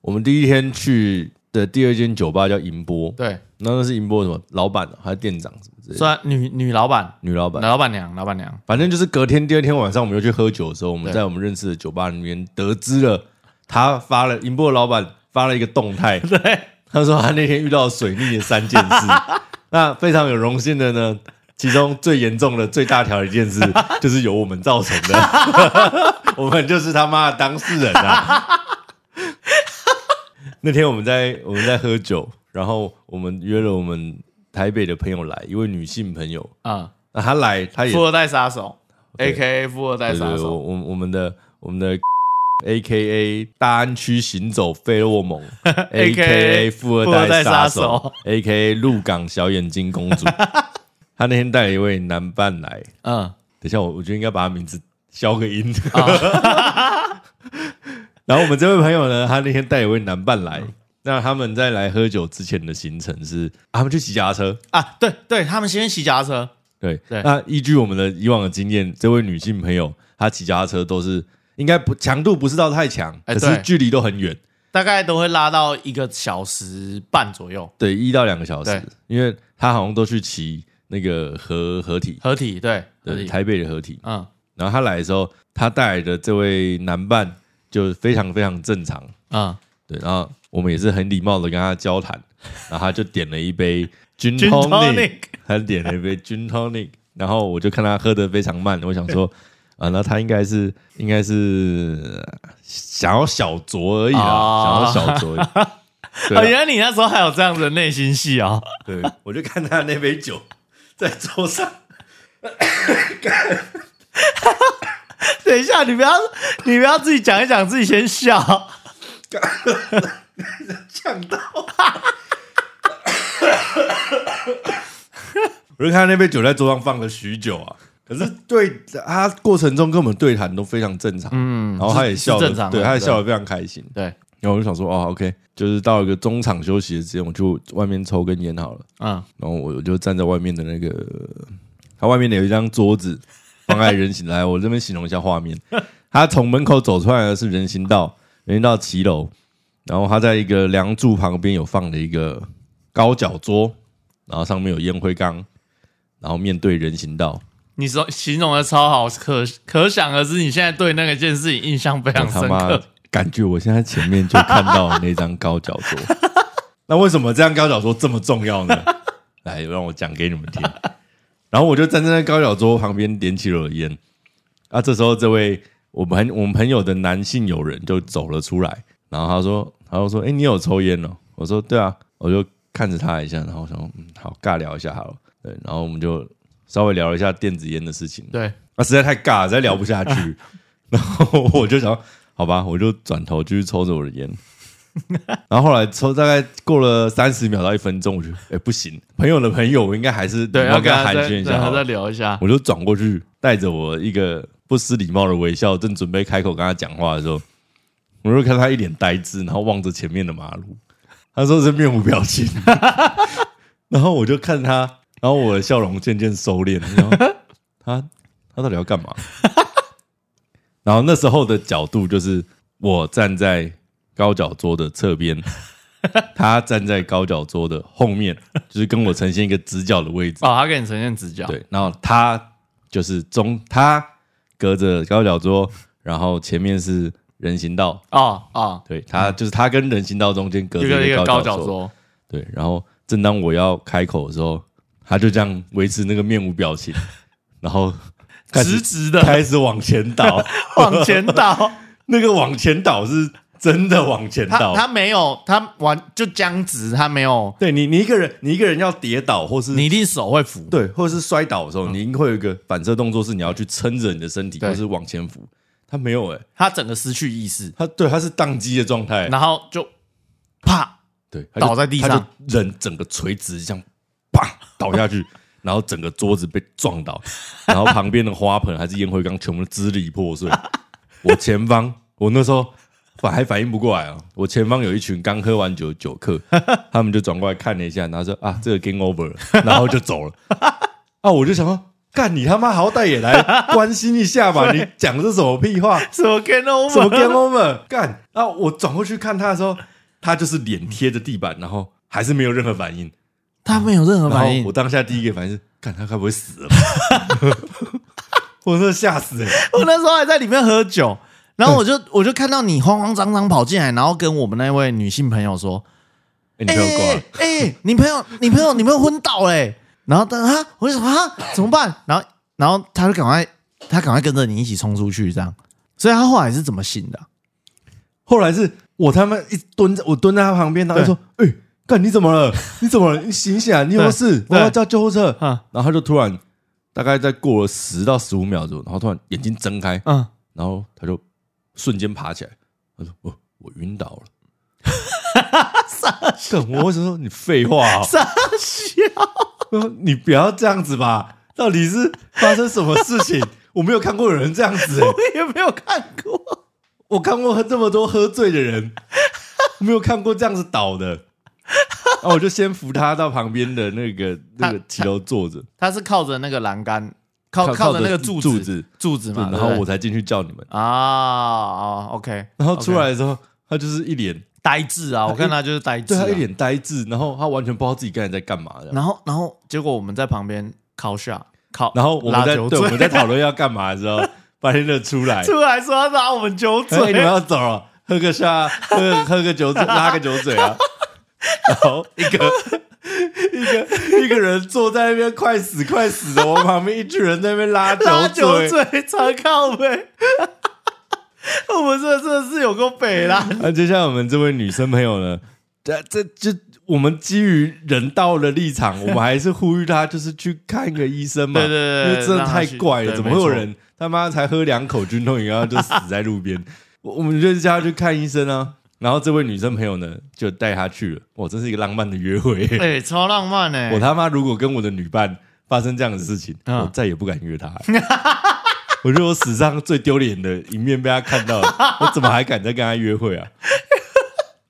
Speaker 1: 我们第一天去的第二间酒吧叫银波，
Speaker 2: 对。
Speaker 1: 那那是银波什么老板啊还是店长什么之类的，
Speaker 2: 算女女老板、
Speaker 1: 女老板。
Speaker 2: 老板娘、老板娘，
Speaker 1: 反正就是隔天第二天晚上，我们又去喝酒的时候，我们
Speaker 2: 对
Speaker 1: 在我们认识的酒吧里面得知了他发了银波的老板发了一个动态，
Speaker 2: 对，
Speaker 1: 他说他那天遇到水逆的三件事，那非常有荣幸的呢，其中最严重的、最大条的一件事，就是由我们造成的，我们就是他妈的当事人啊。那天我们在我们在喝酒，然后我们约了我们台北的朋友来，一位女性朋友，
Speaker 2: 嗯，
Speaker 1: 那她来，她也
Speaker 2: 富二代杀手，A
Speaker 1: 对
Speaker 2: K A 富二代
Speaker 1: 对
Speaker 2: 杀
Speaker 1: 对，我
Speaker 2: 手，
Speaker 1: 我我们的我们的 A K A 大安区行走费洛 蒙 A K
Speaker 2: AKA
Speaker 1: A 富
Speaker 2: 富二
Speaker 1: 二代
Speaker 2: 代杀
Speaker 1: 杀
Speaker 2: 手
Speaker 1: 手 A K A 鹿港小眼睛公 主，她那天带了一位男伴来，
Speaker 2: 嗯，
Speaker 1: 等一下我我觉得应该把她名字消个音。
Speaker 2: 啊
Speaker 1: 然后我们这位朋友呢，他那天带了一位男伴来，那他们在来喝酒之前的行程是，啊他们去骑脚踏车。
Speaker 2: 啊，对对，他们先骑脚踏车，
Speaker 1: 对，
Speaker 2: 对
Speaker 1: 那依据我们的以往的经验，这位女性朋友她骑脚踏车都是应该不强度不是到太强，
Speaker 2: 哎
Speaker 1: 可
Speaker 2: 对
Speaker 1: 是距离都很远，
Speaker 2: 大概都会拉到一个小时半左右，
Speaker 1: 对，一到两个小
Speaker 2: 对
Speaker 1: 时，因为她好像都去骑那个合合体，
Speaker 2: 合体，对，合
Speaker 1: 对，
Speaker 2: 体，
Speaker 1: 台北的合体。
Speaker 2: 嗯
Speaker 1: 然后她来的时候，她带来的这位男伴就非常非常正常，
Speaker 2: 嗯，
Speaker 1: 对，然后我们也是很礼貌的跟她交谈，然后她就点了一杯 gin
Speaker 2: Gin
Speaker 1: tonic
Speaker 2: tonic。
Speaker 1: 他点了一杯 gin tonic，然后我就看他喝的非常慢，我想说啊，那他应该是应该是呃想要小酌而已啦，
Speaker 2: 哦
Speaker 1: 想要小酌而 已。
Speaker 2: 哦，
Speaker 1: 对啊、
Speaker 2: 原来你那时候还有这样子的内心戏哦，
Speaker 1: 对，我就看他那杯酒在桌上，
Speaker 2: 等一下，你不要，你不要自己讲一讲，自己先笑，
Speaker 1: 呛到。我就看他那杯酒在桌上放了许久啊，可是对他过程中跟我们对谈都非常正常，
Speaker 2: 嗯
Speaker 1: 然后他也
Speaker 2: 是
Speaker 1: 笑
Speaker 2: 是
Speaker 1: 得
Speaker 2: 正常的，
Speaker 1: 对，他也笑得非常开心。
Speaker 2: 对，
Speaker 1: 然后我就想说，哦，OK，就是到一个中场休息的时间，我就外面抽根烟好了。
Speaker 2: 嗯，
Speaker 1: 然后我我就站在外面的那个，它外面有一张桌子，妨碍人行。来，我这边形容一下画面， 他从门口走出来的是人行道，人行道骑楼，然后他在一个梁柱旁边有放了一个高脚桌，然后上面有烟灰缸，然后面对人行道，
Speaker 2: 你说形容的超好，可可想而知，你现在对那个件事情印象非
Speaker 1: 我
Speaker 2: 常
Speaker 1: 他
Speaker 2: 深
Speaker 1: 妈
Speaker 2: 刻。
Speaker 1: 感觉我现在前面就看到了那张高脚 桌。那为什么这张高脚桌这么重要呢？来，让我讲给你们听。然后我就站在那高脚桌旁边，点起了烟。啊，这时候这位我们很我们朋友的男性友人就走了出来，然后他说，他就说：“哎、你有抽烟哦？”我说：“对啊。”我就看着他一下，然后我想说，嗯，好，尬聊一下好了。对，然后我们就稍微聊了一下电子烟的事情。
Speaker 2: 对，
Speaker 1: 啊，实在太尬了，实在聊不下 去。然后我就想，好吧，我就转头继续抽着我的烟。然后后来抽大概过了三十秒到一分钟，我觉得哎、不行，朋友的朋友，我应该还是
Speaker 2: 对，
Speaker 1: 礼
Speaker 2: 要
Speaker 1: 貌
Speaker 2: 跟
Speaker 1: 跟
Speaker 2: 他
Speaker 1: 寒
Speaker 2: 再
Speaker 1: 暄一
Speaker 2: 对
Speaker 1: 下好
Speaker 2: 他再
Speaker 1: 了。
Speaker 2: 聊一下。
Speaker 1: 我就转过去，带着我一个不失礼貌的微笑，正准备开口跟他讲话的时候，我就看他一脸呆滞，然后望着前面的马路，他说是面无表情， 然后我就看他，然后我的笑容渐渐收敛，然后他他到底要干嘛？然后那时候的角度就是我站在高脚桌的侧边，他站在高脚桌的后面，就是跟我呈现一个直角的位置。
Speaker 2: 哦，他给你呈现直角，
Speaker 1: 对，然后他就是中，他隔着高脚桌，然后前面是人行道，
Speaker 2: 哦哦，
Speaker 1: 对他就是他跟人行道中间隔
Speaker 2: 一
Speaker 1: 着
Speaker 2: 嗯个一个
Speaker 1: 高
Speaker 2: 高脚
Speaker 1: 桌，
Speaker 2: 桌，
Speaker 1: 对，然后正当我要开口的时候，他就这样维持那个面无表 情，然后开始
Speaker 2: 直直的
Speaker 1: 开始往前倒，
Speaker 2: 往前倒。
Speaker 1: 那个往前倒是真的往前
Speaker 2: 他
Speaker 1: 倒。
Speaker 2: 他没有，他完就僵直，他没有，
Speaker 1: 对你，你一个人，你一个人要跌倒，或是
Speaker 2: 你一定手会扶。
Speaker 1: 对，或者是摔倒的时候，你一定会有一个反射动作，是你要去撑着你的身体，
Speaker 2: 对
Speaker 1: 或是往前扶。他没有哎、
Speaker 2: 他整个失去意识，
Speaker 1: 他对他是宕机的状态，
Speaker 2: 然后就啪，
Speaker 1: 对，他就
Speaker 2: 倒在地上，
Speaker 1: 他就人整个垂直这样啪倒下去，然后整个桌子被撞 倒，然后旁边的花盆还是烟灰缸全部都支离破碎。我前方，我那时候反还反应不过来啊，我前方有一群刚喝完酒的酒 客，他们就转过来看了一下，然后说啊，这个 game over，了然后就走了。 啊，我就想说，干你他妈好歹也来关心一下 吧，你讲这什么屁话？
Speaker 2: 什么 g a n over？
Speaker 1: 什么 game over？干！啊！我转过去看他的时候，他就是脸贴着地板，然后还是没有任何反应。
Speaker 2: 他没有任何
Speaker 1: 然后
Speaker 2: 反应
Speaker 1: 我。当下第一个反应是：干他该不会死了吧？ 我真的吓死了、
Speaker 2: 我那时候还在里面喝酒，
Speaker 1: 嗯
Speaker 2: 然后我就我就看到你慌慌张张跑进来，然后跟我们那位女性朋友说
Speaker 1: 欸！“你
Speaker 2: 哎
Speaker 1: 朋友挂了，
Speaker 2: 哎、欸你朋 友你朋友你朋友昏倒嘞、然后等啊，我就说啊怎么办？然后然后他就赶快他赶快跟着你一起冲出去这样。所以他后来是怎么醒的啊、
Speaker 1: 后来是我他妈一直蹲在，我蹲在他旁边，然后就说：“哎、干你怎么了？你怎么了？你醒醒啊！你有没有事？我
Speaker 2: 对
Speaker 1: 要叫救护车。”
Speaker 2: 嗯
Speaker 1: 然后他就突然大概在过了十到十五秒左右，然后突然眼睛睁开，
Speaker 2: 嗯，
Speaker 1: 然后他就瞬间爬起来，他说：“我我晕倒了。”干我为什么说你废话、啊？
Speaker 2: 傻笑。
Speaker 1: 我说你不要这样子吧？到底是发生什么事情？我没有看过有人这样子、欸，
Speaker 2: 我也没有看过。
Speaker 1: 我看过这么多喝醉的人，没有看过这样子倒的。然后我就先扶他到旁边的那个那个骑楼坐着，
Speaker 2: 他是靠着那个栏杆，靠
Speaker 1: 靠
Speaker 2: 靠着那个柱子
Speaker 1: 柱子
Speaker 2: 柱子
Speaker 1: 对
Speaker 2: 嘛。
Speaker 1: 然后
Speaker 2: 对不
Speaker 1: 我
Speaker 2: 对
Speaker 1: 才进去叫你们。
Speaker 2: 啊哦，OK，
Speaker 1: 然后出来的时候，他就是一脸
Speaker 2: 呆滞啊，我看他就是呆滞、
Speaker 1: 对
Speaker 2: 啊，
Speaker 1: 他一脸呆滞，然后他完全不知道自己刚才在干嘛的。
Speaker 2: 然后，然后结果我们在旁边烤下烤，
Speaker 1: 然后我们
Speaker 2: 拉
Speaker 1: 在
Speaker 2: 酒
Speaker 1: 对
Speaker 2: 醉
Speaker 1: 我 们在讨论要干嘛的时候，白天的出来，
Speaker 2: 出来说要拿我们酒
Speaker 1: 所以
Speaker 2: 醉，
Speaker 1: 哎你们要走了，喝个下，喝个喝个 酒，拉个酒嘴啊。然后一个 一个一个人坐在那边快死快死的，我旁边一群人在那边拉
Speaker 2: 拉
Speaker 1: 酒
Speaker 2: 酒
Speaker 1: 嘴，
Speaker 2: 醉，超靠 背。我们这真的是有够北啦！
Speaker 1: 那就像我们这位女生朋友呢，这这就我们基于人道的立场，我们还是呼吁她就是去看个医生嘛，
Speaker 2: 对对对对
Speaker 1: 因为真的太怪
Speaker 2: 让
Speaker 1: 了，
Speaker 2: 她去对
Speaker 1: 怎么会有
Speaker 2: 没错
Speaker 1: 人他妈才喝两口军痛饮料就死在路边？ 我我们就叫她去看医生啊。然后这位女生朋友呢，就带她去了，哇，真是一个浪漫的约会。
Speaker 2: 哎、超浪漫哎、
Speaker 1: 我他妈如果跟我的女伴发生这样的事情，
Speaker 2: 嗯
Speaker 1: 我再也不敢约她。 我觉得我史上最丢脸的一面被她看到了， 我怎么还敢再跟她约会啊？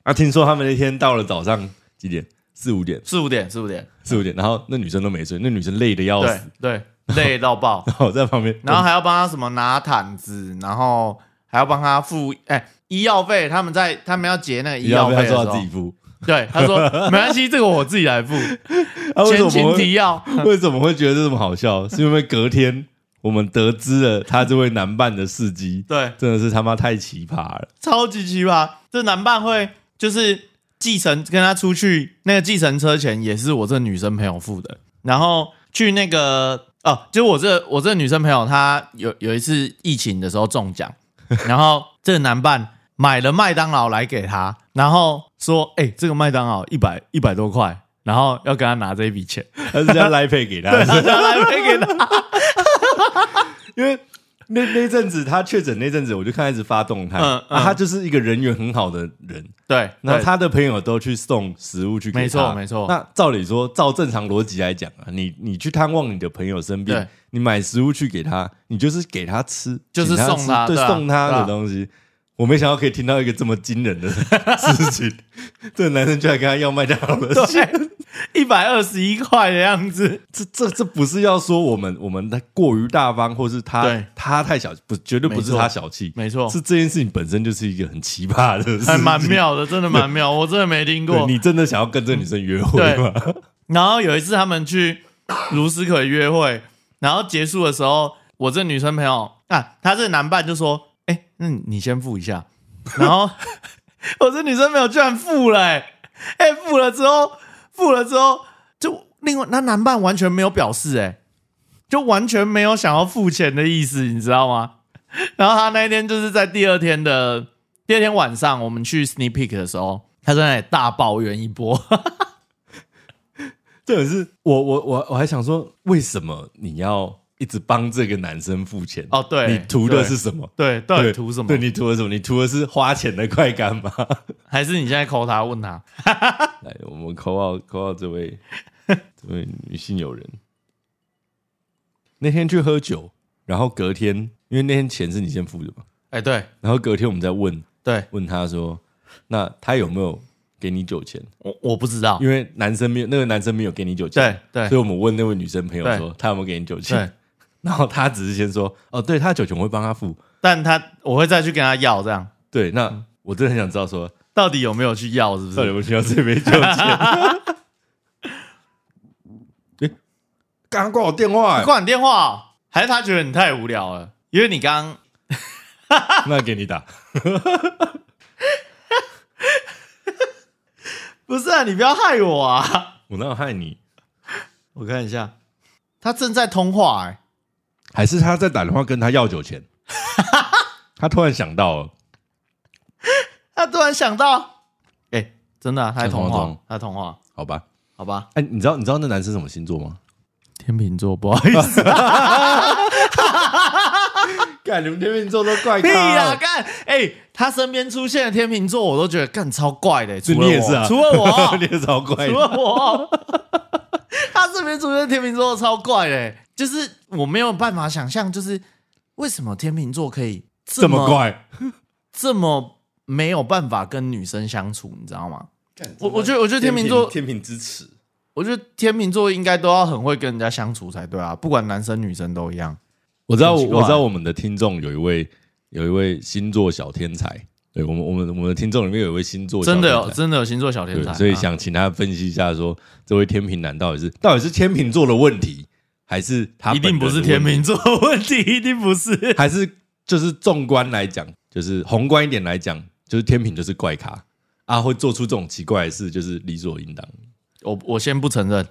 Speaker 1: 啊，听说他们那天到了早上几点？四五点，
Speaker 2: 四五点，四五点，
Speaker 1: 四五点，然后那女生都没睡，那女生累的要死，
Speaker 2: 对对，累 到爆。
Speaker 1: 然后我在旁边，嗯
Speaker 2: 然后还要帮他什么拿毯子，然后还要帮他付哎、医药费，他们在他们要结那个医
Speaker 1: 你要
Speaker 2: 药
Speaker 1: 不
Speaker 2: 费
Speaker 1: 要
Speaker 2: 的时
Speaker 1: 说
Speaker 2: 候，
Speaker 1: 要自己付？
Speaker 2: 对他说没关系，这个我自己 来付，
Speaker 1: 啊，为什
Speaker 2: 前
Speaker 1: 么
Speaker 2: 情
Speaker 1: 会
Speaker 2: 提要，
Speaker 1: 为什么会觉得这么好笑？是因为隔天我们得知了他这位男伴的事迹，
Speaker 2: 对，
Speaker 1: 真的是他妈太奇葩了。
Speaker 2: 超级奇葩。这男伴会就是计程跟他出去那个计程车钱也是我这女生朋友付的，然后去那个哦，就我这我这女生朋友她有有一次疫情的时候中奖，然后这个男伴买了麦当劳来给她，然后说哎、这个麦当劳一百一百多块，然后要跟他拿这一笔钱，
Speaker 1: 他是要来配给他的，
Speaker 2: 然后来赔给他，
Speaker 1: 因为那那阵子他确诊那阵子，我就看他一直发动态，
Speaker 2: 嗯嗯
Speaker 1: 啊，他就是一个人缘很好的人，
Speaker 2: 对，
Speaker 1: 那
Speaker 2: 对
Speaker 1: 他的朋友都去送食物去给他，
Speaker 2: 没错没错
Speaker 1: 那照理说，照正常逻辑来讲啊，你你去探望你的朋友生病
Speaker 2: 对，
Speaker 1: 你买食物去给他，你就是给他吃，
Speaker 2: 就是
Speaker 1: 请
Speaker 2: 送他
Speaker 1: 吃对，
Speaker 2: 对啊
Speaker 1: 送他
Speaker 2: 对啊
Speaker 1: 的东西。我没想到可以听到一个这么惊人的 事情，这个男生居然跟他要麦当劳的钱，
Speaker 2: 对啊一百二十一块的样子，
Speaker 1: 这这这不是要说我们我们太过于大方，或是他
Speaker 2: 对
Speaker 1: 他太小，不绝对不是
Speaker 2: 没错
Speaker 1: 他小气，
Speaker 2: 没错
Speaker 1: 是这件事情本身就是一个很奇葩的事情，
Speaker 2: 还 蛮妙的，真的蛮妙，我真的没听
Speaker 1: 对。
Speaker 2: 过。
Speaker 1: 你真的想要跟这女生约会吗？
Speaker 2: 然后有一次他们去卢斯可约会，然后结束的时候，我这女生朋友啊，她这男伴就说：“哎、那你你先付一下。”然后我这女生朋友居然付了、欸，哎、付了之后，付了之后，就另外那男伴完全没有表示、欸，哎，就完全没有想要付钱的意思，你知道吗？然后他那一天就是在第二天的第二天晚上，我们去 sneak peek 的时候，他在那里大抱怨一波。
Speaker 1: 这也是我我我我还想说，为什么你要一直帮这个男生付钱？
Speaker 2: 哦对
Speaker 1: 你图的是什么？
Speaker 2: 对，到底图什么？
Speaker 1: 对你图的什么？你图的是花钱的快感吗？
Speaker 2: 还是你现在 call 他问他？
Speaker 1: 来，我们扣号扣号这位这位女性友人，那天去喝酒，然后隔天，因为那天钱是你先付的嘛，
Speaker 2: 哎、对
Speaker 1: 然后隔天我们再问
Speaker 2: 对，
Speaker 1: 问他说，那他有没有给你酒钱？
Speaker 2: 我我不知道
Speaker 1: 因。为男生没有那个男生没有给你酒钱，
Speaker 2: 对对
Speaker 1: 所以我们问那位女生朋友
Speaker 2: 对
Speaker 1: 说，他有没有给你酒
Speaker 2: 对
Speaker 1: 钱？， 然后他只是先说，哦，对他酒钱我会帮他付。
Speaker 2: 但他我会再去跟他要，这样
Speaker 1: 对，
Speaker 2: 嗯
Speaker 1: 那我真的很想知道说，
Speaker 2: 到底有没有去要？是不
Speaker 1: 到底
Speaker 2: 是？
Speaker 1: 有没有需要这杯酒钱？ 诶刚刚挂我电话、
Speaker 2: 你
Speaker 1: 欸，
Speaker 2: 挂你电话哦、还是他觉得你太无聊了？因为你刚
Speaker 1: 那给你打。
Speaker 2: 不是啊，你不要害我啊！
Speaker 1: 我哪有害你？
Speaker 2: 我看一下，他正在通话、哎，
Speaker 1: 还是他在打电话跟他要酒钱？ 他突然想到了，
Speaker 2: 他突然想到，哎、真的啊、他在通
Speaker 1: 在通话
Speaker 2: 话
Speaker 1: 中，
Speaker 2: 他在通话，
Speaker 1: 好吧？
Speaker 2: 好吧？
Speaker 1: 哎、你知道你知道那男生什么星座吗？
Speaker 2: 天秤座，不好意思，
Speaker 1: 干，你们天秤座都怪
Speaker 2: 屁 啦，干，哎、他身边出现的天秤座，我都觉得干超怪的、哎
Speaker 1: 是
Speaker 2: 除了
Speaker 1: 你
Speaker 2: 我，
Speaker 1: 也是啊，
Speaker 2: 除了我哦
Speaker 1: 你，也超怪的
Speaker 2: 除。了我， 他这边出现天秤座超怪嘞、就是我没有办法想象，就是为什么天秤座可以
Speaker 1: 这么怪，
Speaker 2: 这么没有办法跟女生相处，你知道吗？我我觉得我觉得天秤座
Speaker 1: 天平之耻，
Speaker 2: 我觉得天秤座应该都要很会跟人家相处才对啊，不管男生女生都一样。
Speaker 1: 我知道，
Speaker 2: 很奇怪
Speaker 1: 我知道我们的听众有一位有一位星座小天才，对我们我们我们的听众里面有一位星座小
Speaker 2: 真
Speaker 1: 天
Speaker 2: 的哦
Speaker 1: 才
Speaker 2: 有真的有星座小天才，
Speaker 1: 对，所以
Speaker 2: 啊
Speaker 1: 想请他分析一下说这位天平男到底是到底是天秤座的问题，还是他
Speaker 2: 一
Speaker 1: 本
Speaker 2: 定不
Speaker 1: 人的
Speaker 2: 是天
Speaker 1: 问题
Speaker 2: 秤，座的问题， 一定不是。
Speaker 1: 还是就是纵观来讲，就是宏观一点来讲，就是天平就是怪咖啊，会做出这种奇怪的事，就是理所应当。
Speaker 2: 我我先不承认，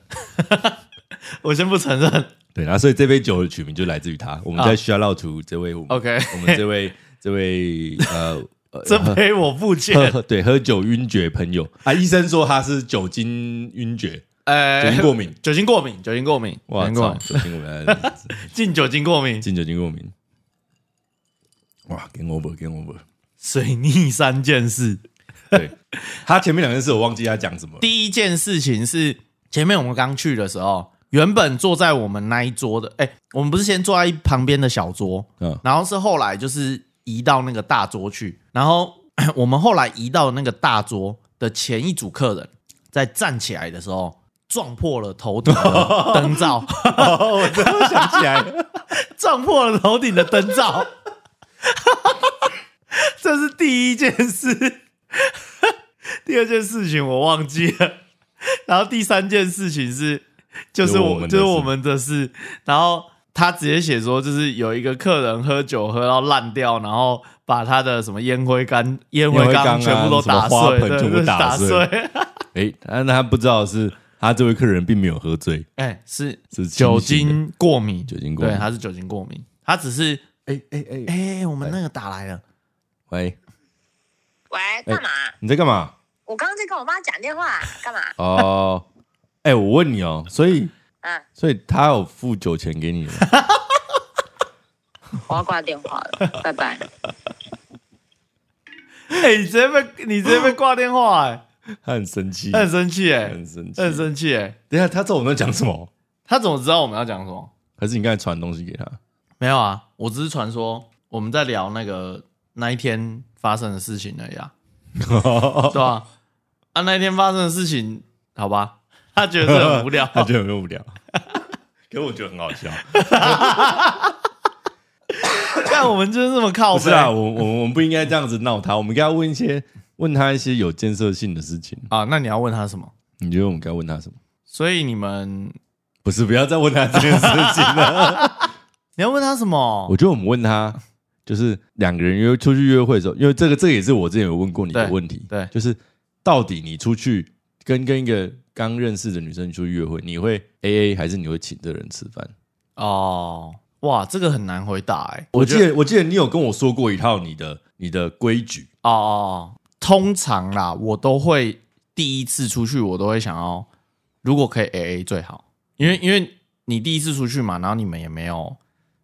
Speaker 2: 我先不承认。
Speaker 1: 对，然后所以这杯酒的取名就来自于他。我们在
Speaker 2: 啊
Speaker 1: 需要绕图这位我们
Speaker 2: OK，
Speaker 1: 我们这位这位 呃
Speaker 2: 这杯我付
Speaker 1: 喝
Speaker 2: 钱。
Speaker 1: 喝对喝酒晕厥朋友啊，医生说他是酒精晕厥，酒
Speaker 2: 呃
Speaker 1: 精过敏。
Speaker 2: 酒精过敏，酒精过敏，酒
Speaker 1: 哇
Speaker 2: 精过
Speaker 1: 操，
Speaker 2: 敏，
Speaker 1: 酒精过敏，哎
Speaker 2: 进酒精过敏，
Speaker 1: 进酒精过敏。哇，game over，game over。
Speaker 2: 水逆三件事。
Speaker 1: 对他前面两件事我忘记他讲什么了。
Speaker 2: 第一件事情是前面我们刚去的时候，原本坐在我们那一桌的，哎、我们不是先坐在旁边的小桌，
Speaker 1: 嗯
Speaker 2: 然后是后来就是移到那个大桌去，然后 我们后来移到那个大桌的前一组客人，在站起来的时候撞破了头顶的灯罩，
Speaker 1: 哦，我真的想起来 了，
Speaker 2: 撞破了头顶的灯罩， 这是第一件事。 第二件事情我忘记了，然后第三件事情是，就是我
Speaker 1: 就是我们的事
Speaker 2: 就是我们的事，然后他直接写说，就是有一个客人喝酒喝到烂掉，然后把他的什么烟灰缸、烟
Speaker 1: 灰
Speaker 2: 灰
Speaker 1: 缸啊
Speaker 2: 缸全部都
Speaker 1: 什么
Speaker 2: 打
Speaker 1: 花
Speaker 2: 碎，
Speaker 1: 盆
Speaker 2: 对
Speaker 1: 全部
Speaker 2: 就是
Speaker 1: 打
Speaker 2: 打
Speaker 1: 碎
Speaker 2: 碎。
Speaker 1: 哎，但他不知道的是他这位客人并没有喝醉，
Speaker 2: 哎，是
Speaker 1: 是
Speaker 2: 酒
Speaker 1: 清醒的。
Speaker 2: 精过敏，
Speaker 1: 酒精过敏
Speaker 2: 对，他是酒精过敏，他只是
Speaker 1: 哎哎哎，
Speaker 2: 哎，我们那个打来了。
Speaker 1: 喂，
Speaker 6: 喂，
Speaker 1: 哎
Speaker 6: 干嘛？
Speaker 1: 你在干嘛？
Speaker 6: 我刚刚在跟我妈讲电话，干嘛？
Speaker 1: 哦， 哎，我问你哦，所以
Speaker 6: 嗯，
Speaker 1: 所以他有付酒钱给你吗？
Speaker 6: 我要挂电话了，拜拜。
Speaker 2: 哎、你直接被你直接被挂电话、哎，
Speaker 1: 他很生气，
Speaker 2: 他很生气、哎，
Speaker 1: 很生气
Speaker 2: 他。很生气、哎，
Speaker 1: 等一下，他知道我们在讲什么？
Speaker 2: 他怎么知道我们要讲什么？
Speaker 1: 还是你刚才传东西给他？
Speaker 2: 没有啊，我只是传说我们在聊那个那一天发生的事情而已啊，对吧、啊？那一天发生的事情，好吧，他觉得这很无聊，
Speaker 1: 他觉得很无聊。 可我觉得很好笑。
Speaker 2: 但我们就是这么靠
Speaker 1: 不
Speaker 2: 背
Speaker 1: 是啊，我我我们不应该这样子闹他，我们应该问一些问他一些有建设性的事情。
Speaker 2: 啊，那你要问他什么？
Speaker 1: 你觉得我们该问他什么？
Speaker 2: 所以你们
Speaker 1: 不是，不要再问他这件事情了。
Speaker 2: 你要问他什么
Speaker 1: 我？觉得我们问他，就是两个人约出去约会的时候，因为这个这个也是我之前有问过你的
Speaker 2: 对
Speaker 1: 问题，
Speaker 2: 对
Speaker 1: 就是到底你出去跟跟一个刚认识的女生去约会，你会 A A 还是你会请这个人吃饭？
Speaker 2: 哦，哇，这个很难回答哎、
Speaker 1: 我
Speaker 2: 觉
Speaker 1: 记
Speaker 2: 得
Speaker 1: 得我记得你有跟我说过一套你的你的规矩，
Speaker 2: 哦哦，哦通常啦，我都会第一次出去，我都会想要，如果可以 A A 最好，因为因为你第一次出去嘛，然后你们也没有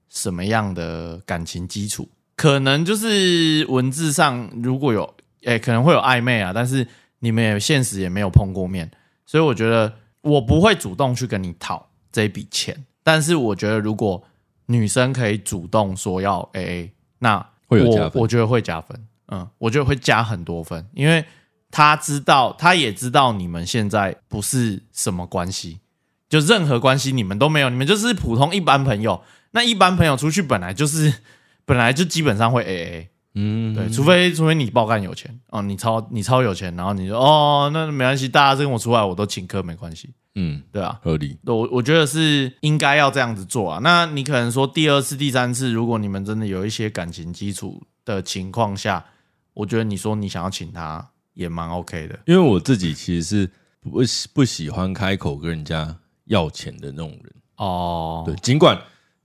Speaker 2: 什么样的感情基础，可能就是文字上如果有，哎、可能会有暧昧啊，但是你们也现实也没有碰过面，所以我觉得我不会主动去跟你讨这笔钱，但是我觉得如果女生可以主动说要 A A，那
Speaker 1: 会有
Speaker 2: 我
Speaker 1: 加分
Speaker 2: 我觉得会加分，嗯，我觉得会加很多分，因为她知道，她也知道你们现在不是什么关系，就任何关系你们都没有，你们就是普通一般朋友。那一般朋友出去本来就是本来就基本上会 A A，
Speaker 1: 嗯，
Speaker 2: 对，除非除非你爆干有钱哦，你超你超有钱，然后你就哦，那没关系，大家跟我出来我都请客没关系，
Speaker 1: 嗯，
Speaker 2: 对啊，
Speaker 1: 合理，
Speaker 2: 我我觉得是应该要这样子做啊。那你可能说第二次、第三次，如果你们真的有一些感情基础的情况下，我觉得你说你想要请他也蛮 OK 的。
Speaker 1: 因为我自己其实是不喜不喜欢开口跟人家要钱的那种人，
Speaker 2: 哦，
Speaker 1: 对，，尽管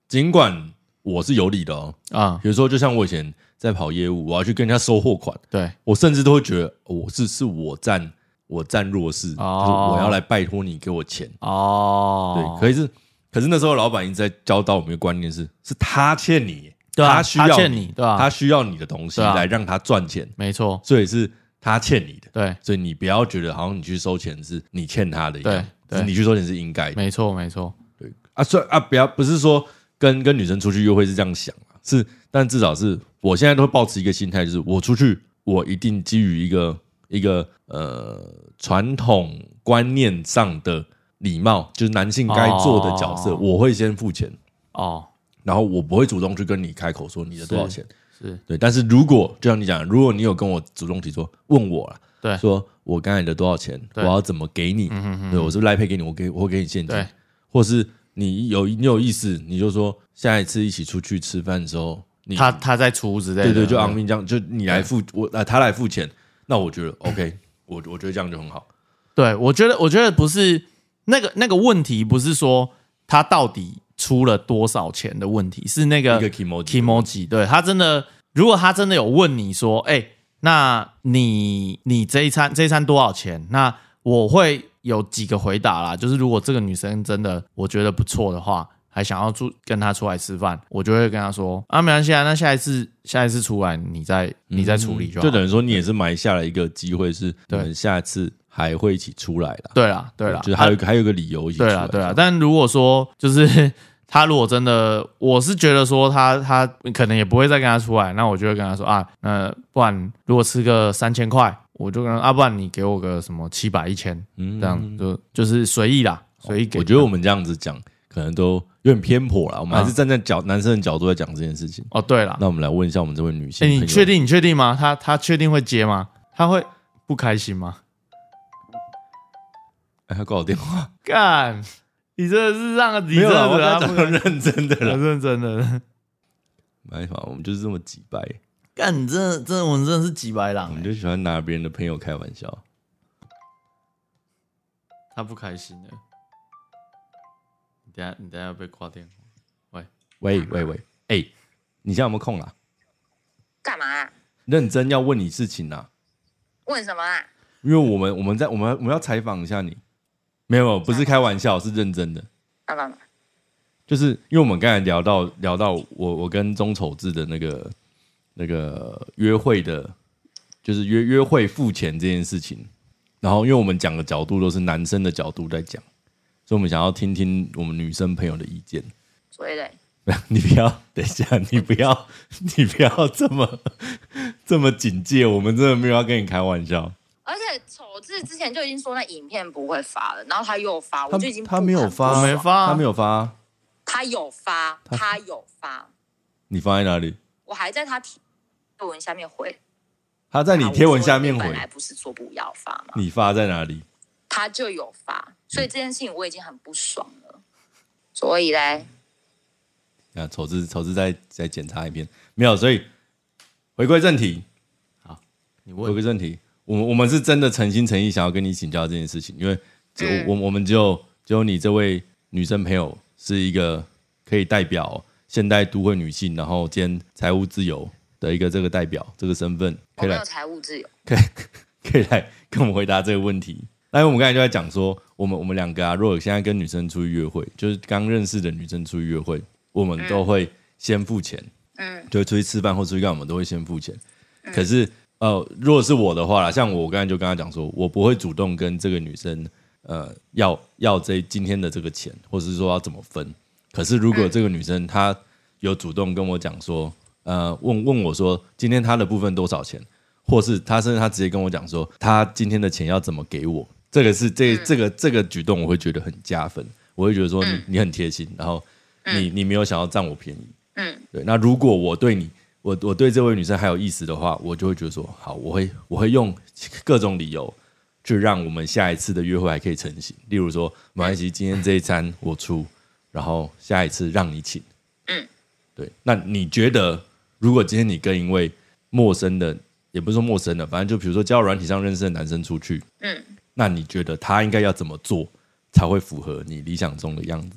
Speaker 1: 尽管我是有理的哦，
Speaker 2: 啊、
Speaker 1: 比如说就像我以前在跑业务，我要去跟人家收货款，
Speaker 2: 对，
Speaker 1: 我甚至都会觉得哦我是是我占我占弱势，
Speaker 2: 哦
Speaker 1: 就是我要来拜托你给我钱，
Speaker 2: 哦
Speaker 1: 对，，可是可是那时候老板一直在教导我们一个观念是，是他欠你，
Speaker 2: 对啊
Speaker 1: 他需要
Speaker 2: 他欠你对啊
Speaker 1: 他需要你的东西
Speaker 2: 对啊
Speaker 1: 来让他赚钱，
Speaker 2: 没错，
Speaker 1: 所以是他欠你的，
Speaker 2: 对，
Speaker 1: 所以你不要觉得好像你去收钱是你欠他的一样，
Speaker 2: 对对
Speaker 1: 是你去收钱是应该的，
Speaker 2: 没错，没错，
Speaker 1: 对啊，虽啊不要不是说跟跟女生出去约会是这样想啊，是但至少是我现在都会保持一个心态，就是我出去我一定基于一个一个呃传统观念上的礼貌，就是男性该做的角色，
Speaker 2: 哦
Speaker 1: 我会先付钱，
Speaker 2: 哦，
Speaker 1: 然后我不会主动去跟你开口说你的多少钱。
Speaker 2: 是
Speaker 1: 对，但是如果就像你讲的，如果你有跟我主动提出问我啦，
Speaker 2: 对
Speaker 1: 说我刚才的多少钱，我
Speaker 2: 对嗯
Speaker 1: 要怎么给你？对我是不是来配给你，我给我会给你现金
Speaker 2: 对，
Speaker 1: 或是你有你有意思，你就说下一次一起出去吃饭的时候，你
Speaker 2: 他他在出之类的，
Speaker 1: 对对，就昂明这样，就你来付我啊，他来付钱，那我觉得 OK，我我觉得这样就很好。
Speaker 2: 对，我觉得，我觉得不是那个那个问题，不是说他到底出了多少钱的问题，是那个
Speaker 1: 一个 kimoji
Speaker 2: kimoji。对他真的，如果他真的有问你说，哎、那你你这一餐这一餐多少钱？那我会有几个回答啦，就是如果这个女生真的我觉得不错的话，还想要出跟她出来吃饭，我就会跟她说啊，没关系啊，那下一次下一次出来你再你再处理就好。
Speaker 1: 嗯就等于说你也是埋下了一个机会，是你
Speaker 2: 对
Speaker 1: 们下次还会一起出来啦。啊
Speaker 2: 对啦对啦，
Speaker 1: 就是
Speaker 2: 啊
Speaker 1: 还有一个还有一个理由一起出
Speaker 2: 对
Speaker 1: 来
Speaker 2: 啦，。对啦，啊但如果说就是 他如果真的，我是觉得说他他可能也不会再跟他出来，那我就会跟他说啊，那不然如果吃个三千块，我就跟他啊，不然你给我个什么七百一千，
Speaker 1: 嗯哦
Speaker 2: 这样就就是随意啦，随意给。
Speaker 1: 我觉得我们这样子讲，可能都有点偏颇了。我们还是站在角、男生的角度在讲这件事情。
Speaker 2: 哦，对了，
Speaker 1: 那我们来问一下我们这位女性
Speaker 2: 哎，
Speaker 1: 朋友，
Speaker 2: 你确定你确定吗？他他确定会接吗？他会不开心吗？
Speaker 1: 哎，她挂我电话，
Speaker 2: 干，你真的是让他，你
Speaker 1: 没有
Speaker 2: 真
Speaker 1: 啦，
Speaker 2: 的
Speaker 1: 我
Speaker 2: 惹他
Speaker 1: 在
Speaker 2: 不
Speaker 1: 讲
Speaker 2: 开心
Speaker 1: 认真的
Speaker 2: 很
Speaker 1: 啦。
Speaker 2: 认真的。
Speaker 1: 没办法，我们就是这么几掰，
Speaker 2: 干，你真的真的我们真的是几白
Speaker 1: 我
Speaker 2: 狼、
Speaker 1: 们
Speaker 2: 欸，
Speaker 1: 就喜欢拿别人的朋友开玩笑。
Speaker 2: 他不开心了。你等下，你等下要被挂电话。
Speaker 1: 喂喂喂，哎、你现在有没有空啊？
Speaker 6: 干嘛啊？
Speaker 1: 认真要问你事情啊，
Speaker 6: 问什么啊？
Speaker 1: 因为我们我们在我们我们要采访一下你，没有不是开玩笑，是认真的。
Speaker 6: 要干嘛？
Speaker 1: 就是因为我们刚才聊到聊到我我跟钟丑志的那个那个约会的，就是约约会付钱这件事情，然后因为我们讲的角度都是男生的角度在讲，所以我们想要听听我们女生朋友的意见。
Speaker 6: 所以嘞，
Speaker 1: 你不要等一下，你不要 你不要这么这么警戒，我们真的没有要跟你开玩笑。
Speaker 6: 而且丑志之前就已经说那影片不会发了，然后他又发，
Speaker 1: 他
Speaker 6: 我就已经
Speaker 1: 他没有发，
Speaker 2: 我啊没发
Speaker 6: 啊
Speaker 1: 他没有发，啊
Speaker 6: 他有发，他有发，
Speaker 1: 你放在哪里？
Speaker 6: 我还在他贴文下面回。啊
Speaker 1: 他在你贴文下面
Speaker 6: 我
Speaker 1: 回
Speaker 6: 本，来不是说不要发吗？
Speaker 1: 你发在哪里？
Speaker 6: 他就有发，所以这件事情我已经很不爽了。所以嘞，
Speaker 1: 啊，丑志丑志再再检查一遍，没有，所以回归正题，
Speaker 2: 你
Speaker 1: 回
Speaker 2: 问
Speaker 1: 归正题，我我们是真的诚心诚意想要跟你请教这件事情，因为只
Speaker 6: 嗯
Speaker 1: 我我们只有只有你这位女生朋友是一个可以代表现代都会女性，然后兼财务自由的一个这个代表这个身份，
Speaker 6: 我
Speaker 1: 可以
Speaker 6: 没
Speaker 1: 来
Speaker 6: 有财务自由，
Speaker 1: 可以可以来跟我们回答这个问题。 那因为我们刚才就在讲说，我们我们两个啊，如果现在跟女生出去约会，就是刚认识的女生出去约会，我们都会先付钱，
Speaker 6: 嗯
Speaker 1: 就会出去吃饭或出去干嘛，我们都会先付钱。可是呃，如果是我的话啦，像我刚才就跟他讲说，我不会主动跟这个女生呃要要这今天的这个钱，或是说要怎么分。可是如
Speaker 6: 嗯
Speaker 1: 果这个女生她有主动跟我讲说，呃，问问我说今天她的部分多少钱，或是她甚至她直接跟我讲说她今天的钱要怎么给我，这个是
Speaker 6: 嗯
Speaker 1: 这这个这个举动我会觉得很加分，我会觉得说你、
Speaker 6: 嗯
Speaker 1: 你很贴心，然后你你没有想要占我便宜，
Speaker 6: 嗯
Speaker 1: 对，那如果我对你，我我对这位女生还有意思的话，我就会觉得说，好，我会我会用各种理由去让我们下一次的约会还可以成型。例如
Speaker 6: 嗯
Speaker 1: 说，没关系，今天这一餐我出，然后下一次让你请。
Speaker 6: 嗯，
Speaker 1: 对。那你觉得，如果今天你跟一位陌生的，也不是说陌生的，反正就比如说交友软体上认识的男生出去，
Speaker 6: 嗯，
Speaker 1: 那你觉得他应该要怎么做才会符合你理想中的样子？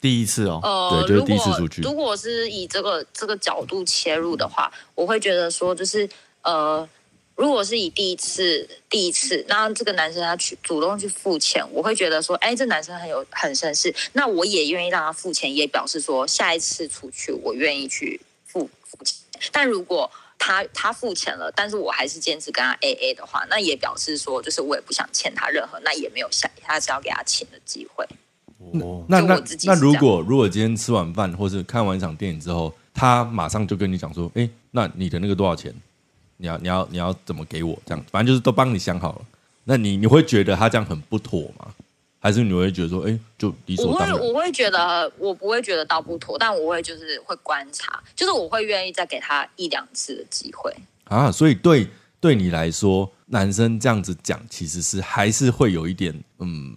Speaker 2: 第一次哦，
Speaker 6: 呃，
Speaker 1: 对就是
Speaker 6: 如
Speaker 1: 第一次
Speaker 6: 果
Speaker 1: 出去
Speaker 6: 如果是以这个这个角度切入的话，我会觉得说，就是呃，如果是以第一次第一次，那这个男生他去主动去付钱，我会觉得说，哎，这男生很有很绅士，那我也愿意让他付钱，也表示说下一次出去我愿意去付付钱。但如果他他付钱了，但是我还是坚持跟他 A A 的话，那也表示说，就是我也不想欠他任何，那也没有下下次要给他钱的机会。
Speaker 2: 哦
Speaker 1: 那
Speaker 6: 就
Speaker 1: 那
Speaker 6: 我自己
Speaker 1: 那
Speaker 6: 是
Speaker 1: 如
Speaker 6: 这样
Speaker 1: 果如果今天吃完饭或是看完一场电影之后，他马上就跟你讲说，哎、那你的那个多少钱？你要你要你要怎么给我？这样，反正就是都帮你想好了。那你你会觉得他这样很不妥吗？还是你会觉得说，哎、就理所
Speaker 6: 我
Speaker 1: 当
Speaker 6: 会
Speaker 1: 然？
Speaker 6: 我会觉得我不会觉得到不妥，但我会就是会观察，就是我会愿意再给他一两次的机会。
Speaker 1: 啊，所以对对你来说，男生这样子讲，其实是还是会有一点，嗯，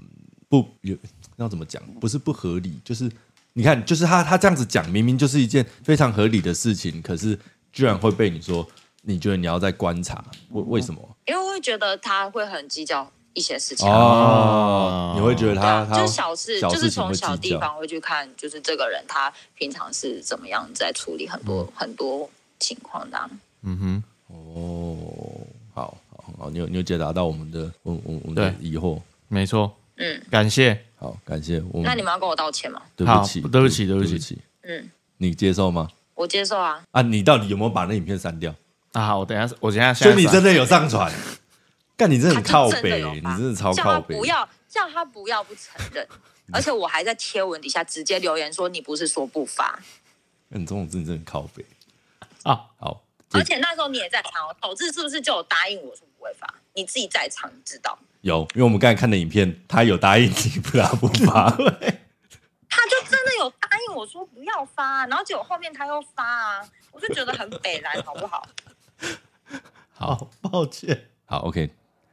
Speaker 1: 不有要怎么讲？不是不合理，就是你看，就是他他这样子讲，明明就是一件非常合理的事情，可是居然会被你说，你觉得你要再观察，为为什么？
Speaker 6: 因为我会觉得他会很计较一些事情。啊
Speaker 1: 哦，你会觉得
Speaker 6: 对
Speaker 1: 他
Speaker 6: 啊，
Speaker 1: 他
Speaker 6: 就是小事，
Speaker 1: 小
Speaker 6: 就是
Speaker 1: 事情
Speaker 6: 从
Speaker 1: 会
Speaker 6: 小
Speaker 1: 计
Speaker 6: 地
Speaker 1: 较，
Speaker 6: 方会去看，就是这个人他平常是怎么样在处理很多、
Speaker 1: 嗯
Speaker 6: 很多情况的啊、
Speaker 2: 嗯哼，
Speaker 1: 哦，好好好，你有你有解答到我们的我我我们的疑惑，
Speaker 2: 没错，
Speaker 6: 嗯，
Speaker 2: 感谢。
Speaker 1: 好，感谢我们，
Speaker 6: 那你们要跟我道歉吗？
Speaker 1: 对
Speaker 2: 好
Speaker 1: 不起，
Speaker 2: 对不起对不
Speaker 1: 不
Speaker 2: 起
Speaker 1: 起，
Speaker 6: 嗯，
Speaker 1: 你接受吗？
Speaker 6: 我接受啊。
Speaker 1: 啊，你到底有没有把那影片删掉？
Speaker 2: 啊，好，我等一下，我等一下下
Speaker 1: 所
Speaker 2: 一
Speaker 1: 以
Speaker 2: 次啊，
Speaker 1: 你真的有上传？干，你真的
Speaker 6: 他
Speaker 1: 很
Speaker 6: 就
Speaker 1: 靠
Speaker 6: 真的
Speaker 1: 北，
Speaker 6: 有
Speaker 1: 你
Speaker 6: 发
Speaker 1: 真的超
Speaker 6: 叫
Speaker 1: 靠
Speaker 6: 他
Speaker 1: 北。
Speaker 6: 不要，叫他不要不承 认，而且我还在贴文底下直接留言说你不是说不发，
Speaker 1: 那哎你这种真的真的很靠北
Speaker 2: 啊！
Speaker 1: 好，这
Speaker 6: 而且那时候你也在场，哦导致是不是就有答应我说不会发？你自己在场，你知道，
Speaker 1: 有，因为我们刚才看的影片，他有答应你不打不 发。
Speaker 6: 他就真的有答应我说不要发、啊然后结果后面他又发啊，我就觉得很北蓝，好不好？
Speaker 2: 好，抱歉，
Speaker 1: 好，OK，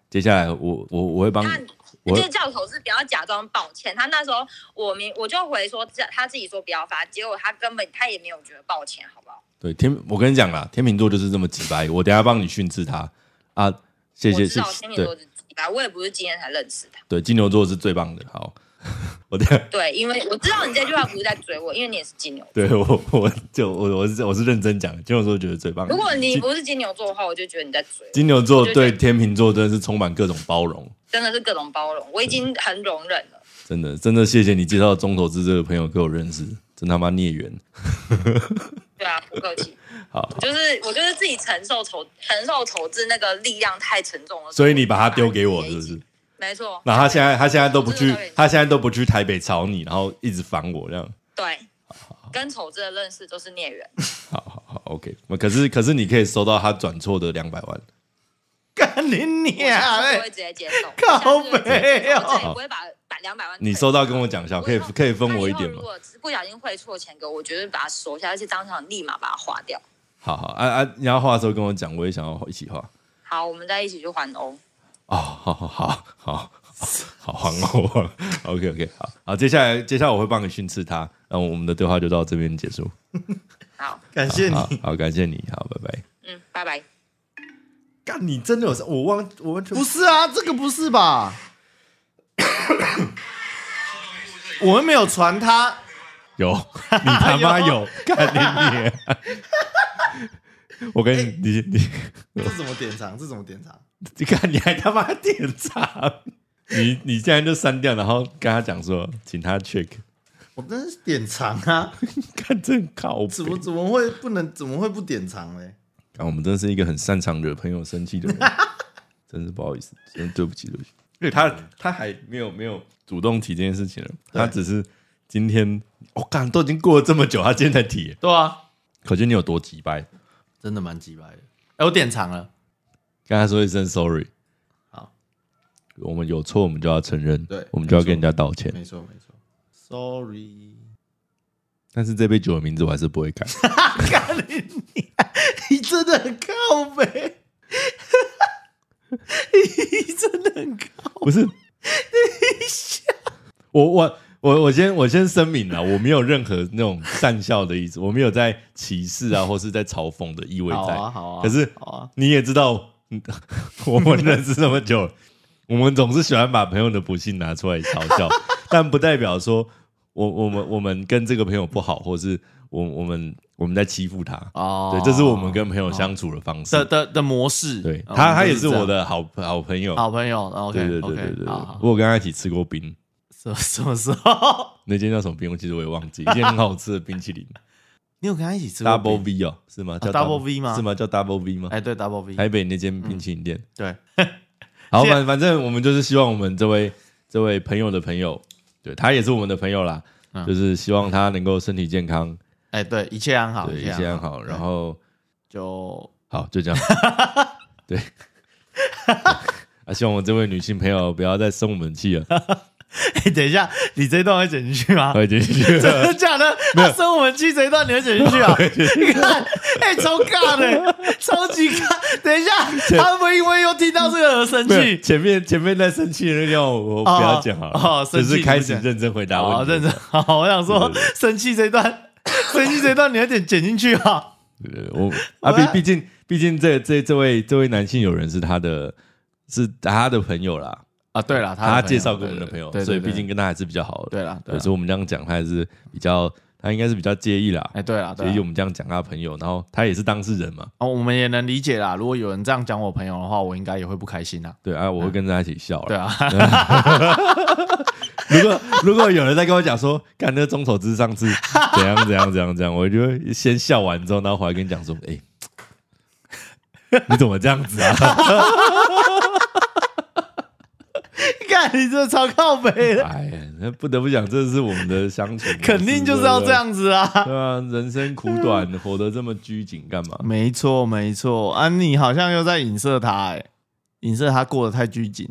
Speaker 1: 接下来我我我会帮
Speaker 6: 那
Speaker 1: 嗯我
Speaker 6: 这个教头是不要假装抱歉，他那时候我明我就回说这他自己说不要发，结果他根本他也没有觉得抱歉，好不好？
Speaker 1: 对天，我跟你讲啦，天秤座就是这么直白。我等一下帮你训斥他啊，谢
Speaker 6: 我
Speaker 1: 谢，
Speaker 6: 知
Speaker 1: 谢
Speaker 6: 道
Speaker 1: 谢
Speaker 6: 天秤座
Speaker 1: 对
Speaker 6: 是几百，我也不是今天才认识他。
Speaker 1: 对，金牛座是最棒的。好， 我等一下
Speaker 6: 对，因为我知道你这句话不是在追我，因为你也是金牛。
Speaker 1: 对我我就我我是我是认真讲的，金牛座觉得最棒的。
Speaker 6: 如果你
Speaker 1: 金
Speaker 6: 不是金牛座的话，我就觉得你在追我，
Speaker 1: 金牛座
Speaker 6: 我就觉得
Speaker 1: 对天秤座真的是充满各种包容。
Speaker 6: 真的是各种包容，我已经很容忍了。
Speaker 1: 真的，真的谢谢你介绍中投资这个朋友给我认识，真他妈孽缘。
Speaker 6: 对啊，不客气。
Speaker 1: 好，
Speaker 6: 我就是我就是自己承受投承受投资那个力量太沉重了，
Speaker 1: 所以你把他丢给我是不是？
Speaker 6: 没错。
Speaker 1: 那他现在他现在都不去
Speaker 6: 我知道，
Speaker 1: 他现在都不去台北找你，然后一直烦我这样。
Speaker 6: 对跟投资的认识都是 孽缘，
Speaker 1: 好好好，OK。可是可是你可以收到他转错的两百万，
Speaker 2: 干你
Speaker 6: 我下
Speaker 2: 娘
Speaker 6: 次就会！直接接受。
Speaker 2: 啊哎靠
Speaker 6: 我下次就会直接接
Speaker 2: 北
Speaker 6: 受
Speaker 2: 哦
Speaker 6: 我再也不会把把两百万退
Speaker 1: 你收到跟我讲一下，可以
Speaker 6: 我以后
Speaker 1: 可以分
Speaker 6: 那
Speaker 1: 我一
Speaker 6: 以后
Speaker 1: 点
Speaker 6: 如
Speaker 1: 吗？
Speaker 6: 果不小心汇错钱给我，我绝对把它收下，而且当场立马把它花掉。
Speaker 1: 好好啊啊，你要画的时候跟我讲，我也想要一起画。
Speaker 6: 好，我们再一起去环欧。
Speaker 1: 哦，好好好好好，皇后皇，OK OK，好好，接下来接下来我会帮你训斥他，然后我们的对话就到这边结束。
Speaker 6: 好，
Speaker 2: 感谢你
Speaker 1: 好，好，感谢你，好，拜拜。
Speaker 6: 嗯，拜拜。
Speaker 1: 干你真的有上，我忘我完全
Speaker 2: 不是啊，这个不是 吧？我们没有传他，
Speaker 1: 有，你他妈有，干你娘！我跟你你你
Speaker 2: 这怎么典藏？这怎么典藏？
Speaker 1: 你看，你还他妈点赞，你你现在就删掉，然后跟他讲说，请他 check，
Speaker 2: 我真是典藏啊！
Speaker 1: 看真靠
Speaker 2: 怎
Speaker 1: 谱。
Speaker 2: 么怎么会不能？怎么会不典藏嘞？
Speaker 1: 看我们真是一个很擅长惹朋友生气的 人，真是不好意思，真的对不起对不起。因为他他还没有没有主动提这件事情了，他只是今天我干、都已经过了这么久，他今天才提，
Speaker 2: 对啊，
Speaker 1: 可见你有多急掰。
Speaker 2: 真的蛮鸡掰的。哎，我典藏了，
Speaker 1: 跟他说一声 sorry。
Speaker 2: 好，
Speaker 1: 我们有错，我们就要承认，
Speaker 2: 对
Speaker 1: 我们就要跟人家道歉。
Speaker 2: 没错没错。Sorry，
Speaker 1: 但是这杯酒的名字我还是不会改。
Speaker 2: 干你你！你真的很靠北，你真的很靠。
Speaker 1: 不 是，我我我我先我先声明了，我没有任何那种善笑的意思，我没有在歧视啊，或是在嘲讽的意味
Speaker 2: 好
Speaker 1: 在。
Speaker 2: 啊好啊，
Speaker 1: 可是
Speaker 2: 好啊，
Speaker 1: 你也知道， 嗯我们认识这么久，我们总是喜欢把朋友的不幸拿出来嘲 笑，但不代表说我我们我们跟这个朋友不好，或是我我们我们在欺负他。
Speaker 2: 哦，
Speaker 1: 对，这是我们跟朋友相处的方式。
Speaker 2: 的的的模式。
Speaker 1: 对
Speaker 2: 嗯
Speaker 1: 他，他也
Speaker 2: 就是
Speaker 1: 是
Speaker 2: 这样
Speaker 1: 我的好好朋友。
Speaker 2: 好朋友。OK，哦
Speaker 1: 对对对对对，
Speaker 2: 好好
Speaker 1: 我有跟他一起吃过冰。
Speaker 2: 什么 什么时候？
Speaker 1: 那间叫什么冰？我其实我也忘记，一件很好吃的冰淇 淋
Speaker 2: 你有跟他一起吃过
Speaker 1: ，Double
Speaker 2: 冰
Speaker 1: V 哦，是吗？叫
Speaker 2: 啊 Double V 吗
Speaker 1: 是吗？叫 Double V 吗？
Speaker 2: 哎，对，Double V，
Speaker 1: 台北那间冰淇淋店。
Speaker 2: 对，
Speaker 1: 好，
Speaker 2: 谢谢
Speaker 1: 反反正我们就是希望我们这位这位朋友的朋友，对他也是我们的朋友啦，
Speaker 2: 嗯
Speaker 1: 就是希望他能够身体健康，
Speaker 2: 哎，对，一切安好，啊
Speaker 1: 对，一切安
Speaker 2: 嗯
Speaker 1: 好，然后
Speaker 2: 就
Speaker 1: 好就这样，对。 对啊，希望我这位女性朋友不要再生我们气啊了，
Speaker 2: 哎，等一下，你这一段会剪进去吗？
Speaker 1: 快点 去。
Speaker 2: 真的假的？他生我们气这一段你会剪进去啊？你看，哎，超尬的，超级尬。等一下，他会不会因为又听到这个而生
Speaker 1: 没有
Speaker 2: 气？
Speaker 1: 前面前面在生气的那地方，我我不要讲好了，
Speaker 2: 哦哦生
Speaker 1: 只
Speaker 2: 气
Speaker 1: 是开始
Speaker 2: 你不讲
Speaker 1: 认真回答问
Speaker 2: 好，
Speaker 1: 题。
Speaker 2: 认哦真。好，我想说
Speaker 1: 对对，
Speaker 2: 生气这一段， 生气这一段你有点剪进去啊？
Speaker 1: 对 我啊，毕毕竟毕竟这这这位这位男性友人是他的是他的朋友啦，
Speaker 2: 啊，对了，
Speaker 1: 他
Speaker 2: 的朋友
Speaker 1: 介绍给我们的朋友
Speaker 2: 对，对
Speaker 1: 所以
Speaker 2: 对
Speaker 1: 毕竟跟他还是比较好的。
Speaker 2: 对啦对啊
Speaker 1: 对，
Speaker 2: 啦
Speaker 1: 所以我们这样讲，他还是比较他应该是比较介意啦。
Speaker 2: 哎，对了，对
Speaker 1: 所
Speaker 2: 啦
Speaker 1: 以我们这样讲他的朋友，然后他也是当事人嘛，
Speaker 2: 哦，我们也能理解啦。如果有人这样讲我朋友的话，我应该也会不开心啦。
Speaker 1: 对啊，我会跟着他一起笑啦。
Speaker 2: 对啊，
Speaker 1: 如果如果有人在跟我讲说，干那个中投资上次 怎样怎样怎样怎样，我就会先笑完之后，然后回来跟你讲说，哎、 你怎么这样子啊？
Speaker 2: 看你这超靠 北的，
Speaker 1: 哎呀，那不得不讲，这是我们的相处，
Speaker 2: 肯定就是要这。样子啊。
Speaker 1: 对啊，人生苦短，活得这么拘谨干嘛？
Speaker 2: 没错，没错，安妮好像又在影射他、哎，影射他过得太拘谨、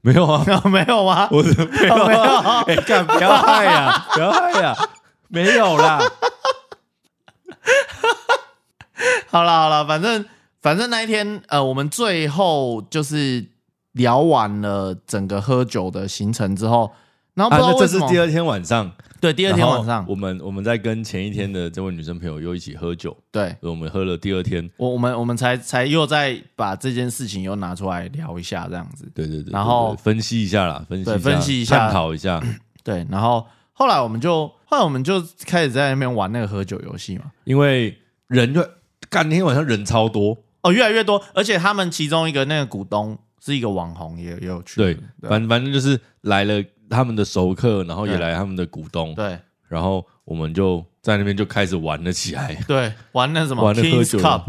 Speaker 1: 没有啊，
Speaker 2: 哎， 没有吗？
Speaker 1: 我是没有
Speaker 2: 哦没有
Speaker 1: 啊，哎，干不要害 呀，不要害呀，没有啦。
Speaker 2: 哦好啦好啦，反正反正那一天，呃，我们最后就是聊完了整个喝酒的行程之后，然后
Speaker 1: 啊，
Speaker 2: 不知道
Speaker 1: 那
Speaker 2: 为
Speaker 1: 这
Speaker 2: 什
Speaker 1: 是
Speaker 2: 么，
Speaker 1: 第二天晚上，
Speaker 2: 对第二天
Speaker 1: 然后
Speaker 2: 晚上
Speaker 1: 我，们我们在跟前一天的这位女生朋友又一起喝酒，
Speaker 2: 对
Speaker 1: 我们喝了第二天，
Speaker 2: 我我们我们才才又再把这件事情又拿出来聊一下，这样子。
Speaker 1: 对对对，
Speaker 2: 然后
Speaker 1: 对对分析一下啦，分析
Speaker 2: 对分析一下
Speaker 1: 探讨一下，
Speaker 2: 对，然后后来我们就后来我们就开始在那边玩那个喝酒游戏嘛。
Speaker 1: 因为人就干那天晚上人超多，
Speaker 2: 哦，越来越多，而且他们其中一个那个股东是一个网红，也也有去。
Speaker 1: 对，
Speaker 2: 对啊
Speaker 1: 反反正就是来了他们的熟客，然后也
Speaker 2: 对
Speaker 1: 来他们的股东，
Speaker 2: 对
Speaker 1: 然后我们就在那边就开始玩了起来。
Speaker 2: 对，玩那什 么
Speaker 1: 玩了喝
Speaker 2: Kings
Speaker 1: 酒
Speaker 2: Cup，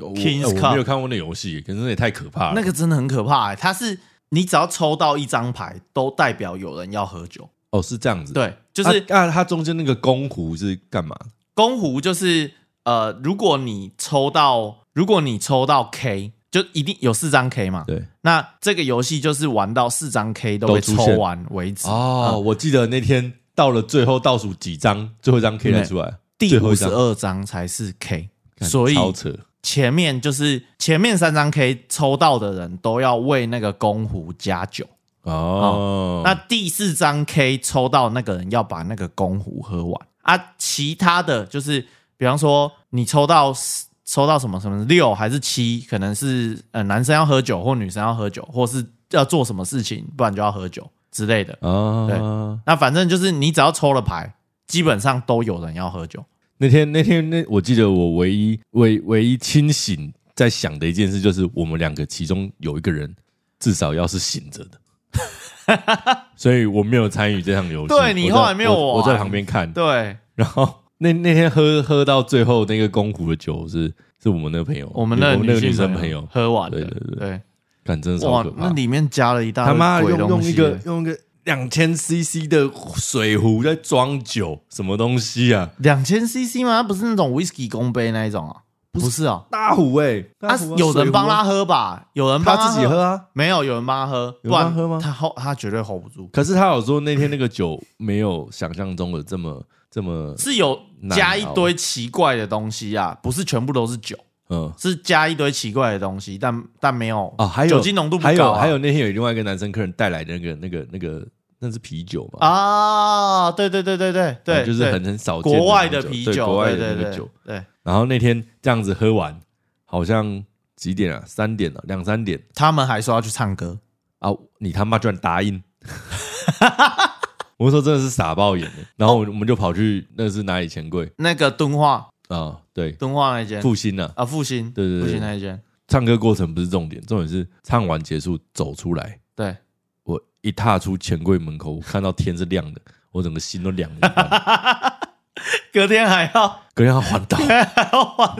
Speaker 1: 我
Speaker 2: King's
Speaker 1: 哎我
Speaker 2: Cup
Speaker 1: 没有看过那游戏，可是那也太可怕了。
Speaker 2: 那个真的很可怕、欸。它是你只要抽到一张牌，都代表有人要喝酒。
Speaker 1: 哦是这样子，，
Speaker 2: 对，就是
Speaker 1: 啊，啊它中间那个公壶是干嘛？
Speaker 2: 公壶，就是呃，如果你抽到，如果你抽到 K，就一定有四张 K 嘛。
Speaker 1: 对，
Speaker 2: 那这个游戏就是玩到四张 K 都
Speaker 1: 都
Speaker 2: 被
Speaker 1: 出
Speaker 2: 抽
Speaker 1: 现
Speaker 2: 完为止。
Speaker 1: 哦，我记得那天到了最后倒数几张，最后一张 K 才出来，
Speaker 2: 第
Speaker 1: 最后
Speaker 2: 五
Speaker 1: 一
Speaker 2: 十
Speaker 1: 张
Speaker 2: 二张才是 K，
Speaker 1: 干
Speaker 2: 所以
Speaker 1: 超扯，
Speaker 2: 前面就是前面三张 K 抽到的人都要为那个公壶加酒，
Speaker 1: 哦，
Speaker 2: 那第四张 K 抽到那个人要把那个公壶喝完啊。其他的就是，比方说你抽到抽到什么什么六还是七，可能是呃男生要喝酒或女生要喝酒，或是要做什么事情，不然就要喝酒之类的。
Speaker 1: 啊。
Speaker 2: 那反正就是你只要抽了牌，基本上都有人要喝酒。
Speaker 1: 那天那天那我记得我唯一唯唯一清醒在想的一件事，就是我们两个其中有一个人至少要是醒着的。所以我没有参与这场游戏。
Speaker 2: 对你
Speaker 1: 我在
Speaker 2: 后来没有
Speaker 1: 我，我
Speaker 2: 玩
Speaker 1: 在旁边看。
Speaker 2: 对，
Speaker 1: 然后那那天喝喝到最后，那个公壶的酒是是我们那个朋友，
Speaker 2: 我们
Speaker 1: 那
Speaker 2: 那
Speaker 1: 我们那个
Speaker 2: 女
Speaker 1: 女
Speaker 2: 性
Speaker 1: 生
Speaker 2: 朋
Speaker 1: 朋友，
Speaker 2: 喝完的，
Speaker 1: 对对
Speaker 2: 对
Speaker 1: 看真的超
Speaker 2: 哇
Speaker 1: 可，怕
Speaker 2: 那。里面加了一大
Speaker 1: 他
Speaker 2: 堆
Speaker 1: 妈
Speaker 2: 鬼
Speaker 1: 用
Speaker 2: 东
Speaker 1: 用一
Speaker 2: 西
Speaker 1: 个
Speaker 2: 耶，
Speaker 1: 用一个两千 CC 的水壶在装酒，什么东西啊？
Speaker 2: 两千 CC 吗？它不是那种 whisky 公杯那一种啊？不是啊，
Speaker 1: 大壶哎，
Speaker 2: 啊
Speaker 1: 大壶啊
Speaker 2: 有人帮他，
Speaker 1: 水
Speaker 2: 喝吧？有人
Speaker 1: 壶
Speaker 2: 帮
Speaker 1: 啊他自己喝？啊。
Speaker 2: 没有，有人帮他喝，
Speaker 1: 有人
Speaker 2: 不然
Speaker 1: 帮他喝吗
Speaker 2: 他 hold 他绝对 hold 不住，
Speaker 1: 可是他有说那天那个酒没有想象中的这么这么
Speaker 2: 是有
Speaker 1: 难哦
Speaker 2: 加一
Speaker 1: 熬
Speaker 2: 堆奇怪的东西啊，不是全部都是酒，
Speaker 1: 嗯
Speaker 2: 是加一堆奇怪的东西，但但没有
Speaker 1: 啊，还有
Speaker 2: 酒精浓度不高啊
Speaker 1: 还有还有那天有另外一个男生客人带来的那个那个那个那是啤酒嘛
Speaker 2: 啊，对对对对对对，
Speaker 1: 哦就是
Speaker 2: 对
Speaker 1: 很很少见
Speaker 2: 国外
Speaker 1: 的那
Speaker 2: 的
Speaker 1: 种
Speaker 2: 啤
Speaker 1: 酒对国外
Speaker 2: 对
Speaker 1: 的
Speaker 2: 对
Speaker 1: 那个
Speaker 2: 对
Speaker 1: 酒。
Speaker 2: 对，
Speaker 1: 然后那天这样子喝完，好像几点啊？三点了、两三点
Speaker 2: 他们还说要去唱歌，
Speaker 1: 啊！你他妈居然答应！ 我那时候真的是傻爆眼了。然后我们就跑去那是哪里钱柜
Speaker 2: 那个敦化
Speaker 1: 啊？对，
Speaker 2: 敦化那一间
Speaker 1: 复兴啊。
Speaker 2: 啊复兴
Speaker 1: 对对对
Speaker 2: 复兴那一间，
Speaker 1: 唱歌过程不是重点，重点是唱完结束走出来，
Speaker 2: 对，
Speaker 1: 我一踏出钱柜门口，我看到天是亮的，我整个心都凉了一半。
Speaker 2: 隔天还要
Speaker 1: 隔天要环岛，
Speaker 2: 还要还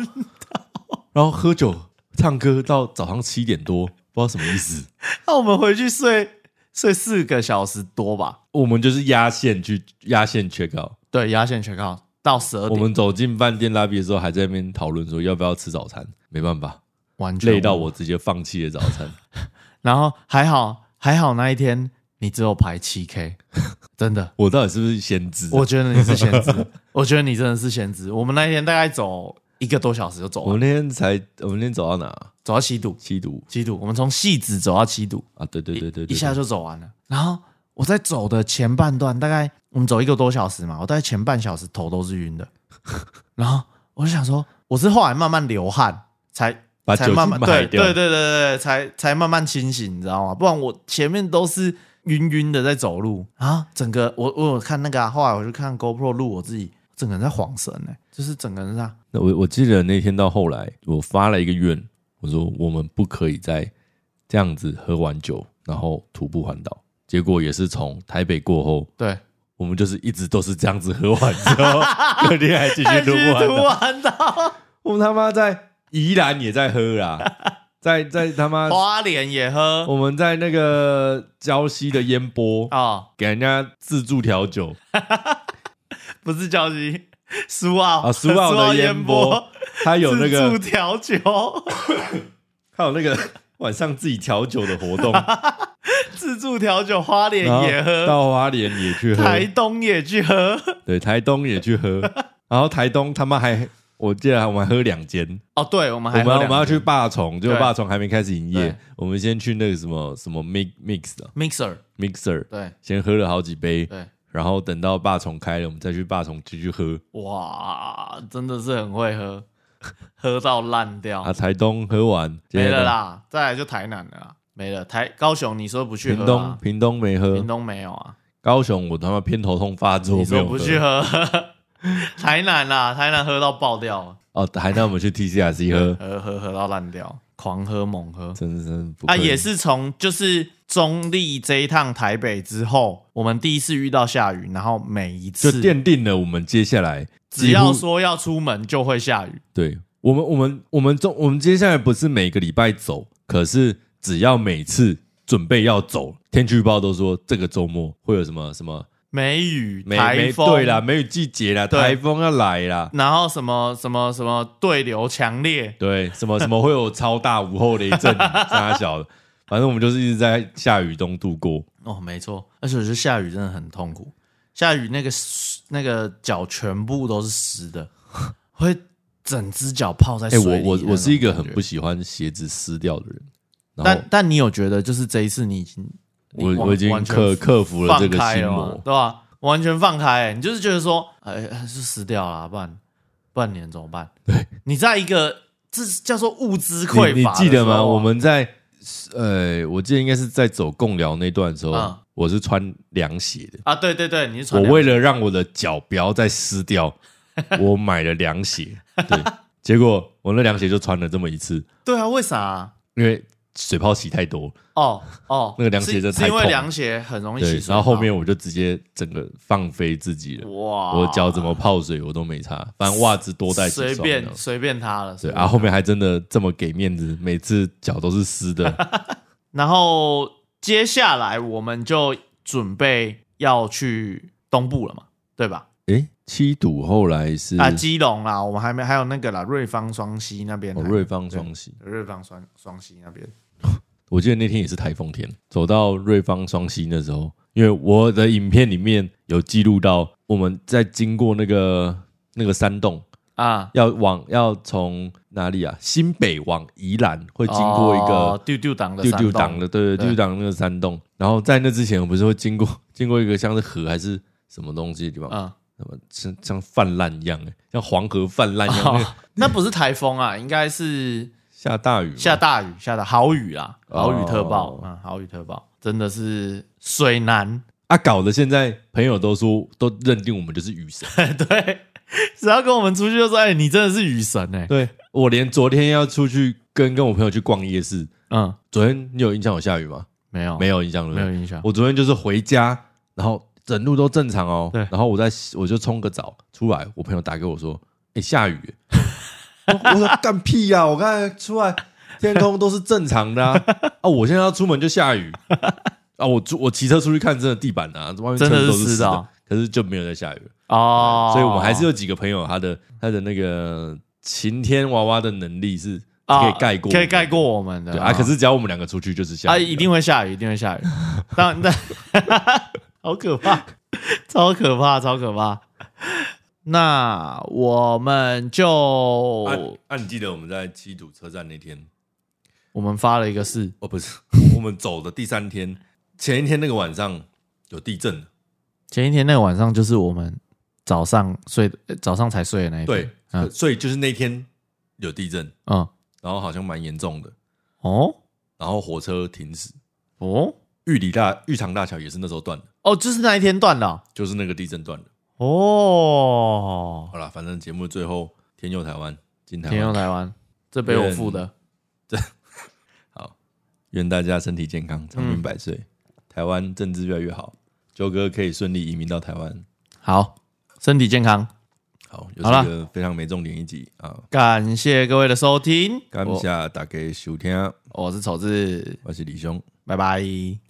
Speaker 1: 然后喝酒唱歌到早上七点多，不知道什么意思。
Speaker 2: 那我们回去睡睡四个小时多吧？
Speaker 1: 我们就是压线去压线 check out，
Speaker 2: 对，压线全靠到十二
Speaker 1: 我
Speaker 2: 点，
Speaker 1: 们走进饭店拉比的时候，还在那边讨论说要不要吃早餐。没办法，
Speaker 2: 完全
Speaker 1: 累到我。直接放弃了早餐。
Speaker 2: 然后还好还好那一天你只有排七 K，真的，
Speaker 1: 我到底是不是先知啊、
Speaker 2: 我觉得你是先知， 我觉得你真的是先知。我们那一天大概走一个多小时就走
Speaker 1: 我
Speaker 2: 了，
Speaker 1: 们那天才，我们那天走到哪？
Speaker 2: 走到七堵，
Speaker 1: 七度
Speaker 2: 七堵，我们从戏子走到七堵，
Speaker 1: 啊！对对对对对，
Speaker 2: 一下
Speaker 1: 对
Speaker 2: 就走完了。然后我在走的前半段，大概我们走一个多小时嘛，我大概前半小时头都是 晕的。然后我就想说，我是后来慢慢流汗才
Speaker 1: 把
Speaker 2: 才
Speaker 1: 酒精
Speaker 2: 慢慢
Speaker 1: 排
Speaker 2: 对
Speaker 1: 掉
Speaker 2: 对对对对，才才慢慢清醒，你知道吗？不然我前面都是晕晕的在走路啊，整个我我有看那个、啊，后来我就看 GoPro 录我自己，整个人在晃神呢、就是整个人啊在
Speaker 1: 那我我记得那天到后来，我发了一个愿，我说我们不可以再这样子喝完酒然后徒步环岛。结果也是从台北过后，
Speaker 2: 对，
Speaker 1: 我们就是一直都是这样子喝完之 后，隔天还继续徒步环岛。
Speaker 2: 完到
Speaker 1: 我们他妈在宜兰也在喝 啦，在在他妈，
Speaker 2: 花莲也喝
Speaker 1: 我们在那个礁溪的烟波
Speaker 2: 啊。
Speaker 1: 给人家自助调酒
Speaker 2: 不是叫鸡， 苏澳
Speaker 1: 啊，苏澳的烟波，他有那
Speaker 2: 自
Speaker 1: 个
Speaker 2: 助调酒，
Speaker 1: 他有那个 晚上自己调酒的活动，
Speaker 2: 自助调酒，花莲
Speaker 1: 然后
Speaker 2: 也喝，
Speaker 1: 到花莲也去喝，
Speaker 2: 台东也去喝。
Speaker 1: 对，台东也去喝，然后台东他妈还。我记得我们还喝两间，
Speaker 2: 哦，对，我们
Speaker 1: 我们
Speaker 2: 还喝
Speaker 1: 要我
Speaker 2: 两
Speaker 1: 们要去霸宠，结果
Speaker 2: 对
Speaker 1: 霸宠还没开始营业
Speaker 2: 对，
Speaker 1: 我们先去那个什么什么 mix mix 的
Speaker 2: mixer，
Speaker 1: mixer，
Speaker 2: 对
Speaker 1: 先喝了好几杯，
Speaker 2: 对，
Speaker 1: 然后等到霸宠开了，我们再去霸宠继续喝。
Speaker 2: 哇，真的是很会喝， 喝到烂掉
Speaker 1: 啊，，台东喝完
Speaker 2: 哦没了，啦，再来就台南了啦，没了。台高雄你说不去
Speaker 1: 接着
Speaker 2: 喝
Speaker 1: 屏东
Speaker 2: 啊，
Speaker 1: 屏东没喝
Speaker 2: 屏，东没有啊，
Speaker 1: 高雄我他妈偏头痛发作，
Speaker 2: 你
Speaker 1: 没
Speaker 2: 说
Speaker 1: 有
Speaker 2: 不去
Speaker 1: 喝。
Speaker 2: 喝， 台南啦，台南喝到爆掉了，
Speaker 1: 哦，台南我们去 TCRC 喝，
Speaker 2: 喝喝喝到烂掉，狂喝猛喝，
Speaker 1: 真是真是不
Speaker 2: 啊，
Speaker 1: 愧
Speaker 2: 也是从就是中立这一趟台北之后，我们第一次遇到下雨，然后每一
Speaker 1: 就
Speaker 2: 次
Speaker 1: 奠定了我们接下来
Speaker 2: 只要
Speaker 1: 几乎
Speaker 2: 说要出门就会下雨，
Speaker 1: 对我们我们我们中我们接下来不是每个礼拜走，可是只要每次准备要走，天气预报都说这个周末会有什么什么
Speaker 2: 梅雨、
Speaker 1: 梅
Speaker 2: 台
Speaker 1: 梅
Speaker 2: 风
Speaker 1: 对啦，，梅雨季节啦，
Speaker 2: 对
Speaker 1: 台风要来啦，
Speaker 2: 然后什么什么什么对流强烈，
Speaker 1: 对，什么什么会有超大午后雷 阵雨，大小的，反正我们就是一直在下雨中度过。
Speaker 2: 哦，没错，而且我觉得下雨真的很痛苦，下雨那个湿那个脚全部都是湿的， 会整只脚泡在
Speaker 1: 哎、
Speaker 2: 水里那
Speaker 1: 我
Speaker 2: 种
Speaker 1: 我
Speaker 2: 感觉。
Speaker 1: 我是一个很不喜欢鞋子湿掉的人，然后
Speaker 2: 但但你有觉得就是这一次你已经你
Speaker 1: 我
Speaker 2: 完
Speaker 1: 我已经
Speaker 2: 完全
Speaker 1: 克克服了
Speaker 2: 放
Speaker 1: 这个
Speaker 2: 开
Speaker 1: 心
Speaker 2: 了嘛
Speaker 1: 魔，
Speaker 2: 对吧、完全放开、你哎就是觉得说，哎，是死掉了啊、不然不然你能怎么办？对，你在一个这是叫做物资匮乏的
Speaker 1: 你
Speaker 2: 时
Speaker 1: 你
Speaker 2: 候啊。
Speaker 1: 记得吗？我们在呃，我记得应该是在走共寮那段的时候，
Speaker 2: 嗯
Speaker 1: 我是穿凉鞋的。
Speaker 2: 啊，对对对，你是
Speaker 1: 我
Speaker 2: 传
Speaker 1: 为了让我的脚不要再湿 掉，我买了凉鞋。对，结果我那凉鞋就穿了这么一次，
Speaker 2: 对啊，为啥啊、
Speaker 1: 因为水泡洗太多，
Speaker 2: 哦哦，
Speaker 1: 那个凉鞋
Speaker 2: 是
Speaker 1: 真的
Speaker 2: 是因
Speaker 1: 太
Speaker 2: 为
Speaker 1: 痛
Speaker 2: 凉鞋很容易
Speaker 1: 对
Speaker 2: 起，水
Speaker 1: 然后后
Speaker 2: 泡
Speaker 1: 面我就直接整个放飞自己了。
Speaker 2: 哇，
Speaker 1: 我脚怎么泡水我都没擦，反正袜子多带几
Speaker 2: 随
Speaker 1: 双这样
Speaker 2: 便。随便他
Speaker 1: 对，
Speaker 2: 了，
Speaker 1: 啊
Speaker 2: 随便
Speaker 1: 然后后面还真的这么给面子，每次脚都是湿 的。
Speaker 2: 然后接下来我们就准备要去东部了嘛，对吧？
Speaker 1: 诶，七堵后来是
Speaker 2: 啊，基隆啦，我们还没还有那个啦，瑞芳双溪那边
Speaker 1: 哦
Speaker 2: 还，
Speaker 1: 瑞芳双溪，
Speaker 2: 瑞芳双双溪那边，
Speaker 1: 我记得那天也是台风天，走到瑞芳双溪的时候，因为我的影片里面有记录到我们在经过那个那个山洞，
Speaker 2: 啊，
Speaker 1: 要往要从哪里啊？新北往宜兰会经过一
Speaker 2: 哦
Speaker 1: 个
Speaker 2: 丢丢党的
Speaker 1: 丢
Speaker 2: 山
Speaker 1: 丢
Speaker 2: 洞
Speaker 1: 党的，对对
Speaker 2: 对
Speaker 1: 丢丢党那个山洞。然后在那之前，我不是会经过 经过一个像是河还是什么东西的地方，
Speaker 2: 嗯，
Speaker 1: 什么像像泛滥一样、欸，像黄河泛滥一样， 那个
Speaker 2: 哦那不是台风啊，应该是
Speaker 1: 下大雨嘛，
Speaker 2: 下大雨，下的好雨啦，好雨特报
Speaker 1: 哦
Speaker 2: 啊、嗯，好雨特报，真的是水难，
Speaker 1: 啊，搞得现在朋友都说都认定我们就是雨神。
Speaker 2: 对，只要跟我们出去就说，哎、你真的是雨神哎、
Speaker 1: 对我连昨天要出去跟跟我朋友去逛夜市，
Speaker 2: 嗯，
Speaker 1: 昨天你有印象有下雨吗？
Speaker 2: 没有
Speaker 1: 没有印象，对不
Speaker 2: 哦没
Speaker 1: 对
Speaker 2: 有印象，
Speaker 1: 我昨天就是回家，然后整路都正常哦。
Speaker 2: 对
Speaker 1: 然后我在我就冲个澡出来，我朋友打给我说：“哎、下雨 耶。”我说：“干屁呀、我刚才出来，天空都是正常 的啊。啊，我现在要出门就下雨啊！我出我骑车出去看，真的地板啊，外面
Speaker 2: 真的
Speaker 1: 车子
Speaker 2: 是
Speaker 1: 都是
Speaker 2: 湿
Speaker 1: 湿
Speaker 2: 的
Speaker 1: 的
Speaker 2: 哦，
Speaker 1: 可是就没有在下雨了。
Speaker 2: 哦，
Speaker 1: 所以我们还是有几个朋友，他的他的那个晴天娃娃的能力是可以盖过、
Speaker 2: 啊可以盖过。我们的
Speaker 1: 对啊，可是只要我们两个出去就是下
Speaker 2: 啊，
Speaker 1: 雨了，
Speaker 2: 一定会下雨，一定会下雨。但但 好可怕，超可怕，超可怕。那我们就、
Speaker 1: 啊。啊，你记得我们在七堵车站那天，
Speaker 2: 我们发了一个誓，
Speaker 1: 哦，不是， 我们走的第三天，前一天那个晚上有地震了，
Speaker 2: 前一天那个晚上就是我们早上睡，呃早上才睡的那一天。
Speaker 1: 对，
Speaker 2: 嗯
Speaker 1: 所以就是那天有地震，
Speaker 2: 嗯，
Speaker 1: 然后好像蛮严重的，
Speaker 2: 哦
Speaker 1: 然后火车停止，
Speaker 2: 哦
Speaker 1: 玉里大玉长大桥也是那时候断的，
Speaker 2: 哦，就是那一天断的
Speaker 1: 就是那个地震断的。
Speaker 2: 哦。
Speaker 1: 好啦，反正节目最后天佑台湾，进台
Speaker 2: 天佑
Speaker 1: 湾，
Speaker 2: 台湾，这杯我付的。
Speaker 1: 愿大家身体健
Speaker 2: 嗯
Speaker 1: 康，长命百岁，台湾政治越来越好，九哥可以顺利移民到台湾。
Speaker 2: 好，身体健康。
Speaker 1: 好，又
Speaker 2: 好啦
Speaker 1: 是一个非常没重点一集啊！
Speaker 2: 感谢各位的收听，
Speaker 1: 感谢大家收听，
Speaker 2: 我，我是丑子，
Speaker 1: 我是李兄，
Speaker 2: 拜拜。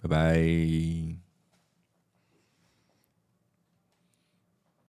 Speaker 1: 拜拜。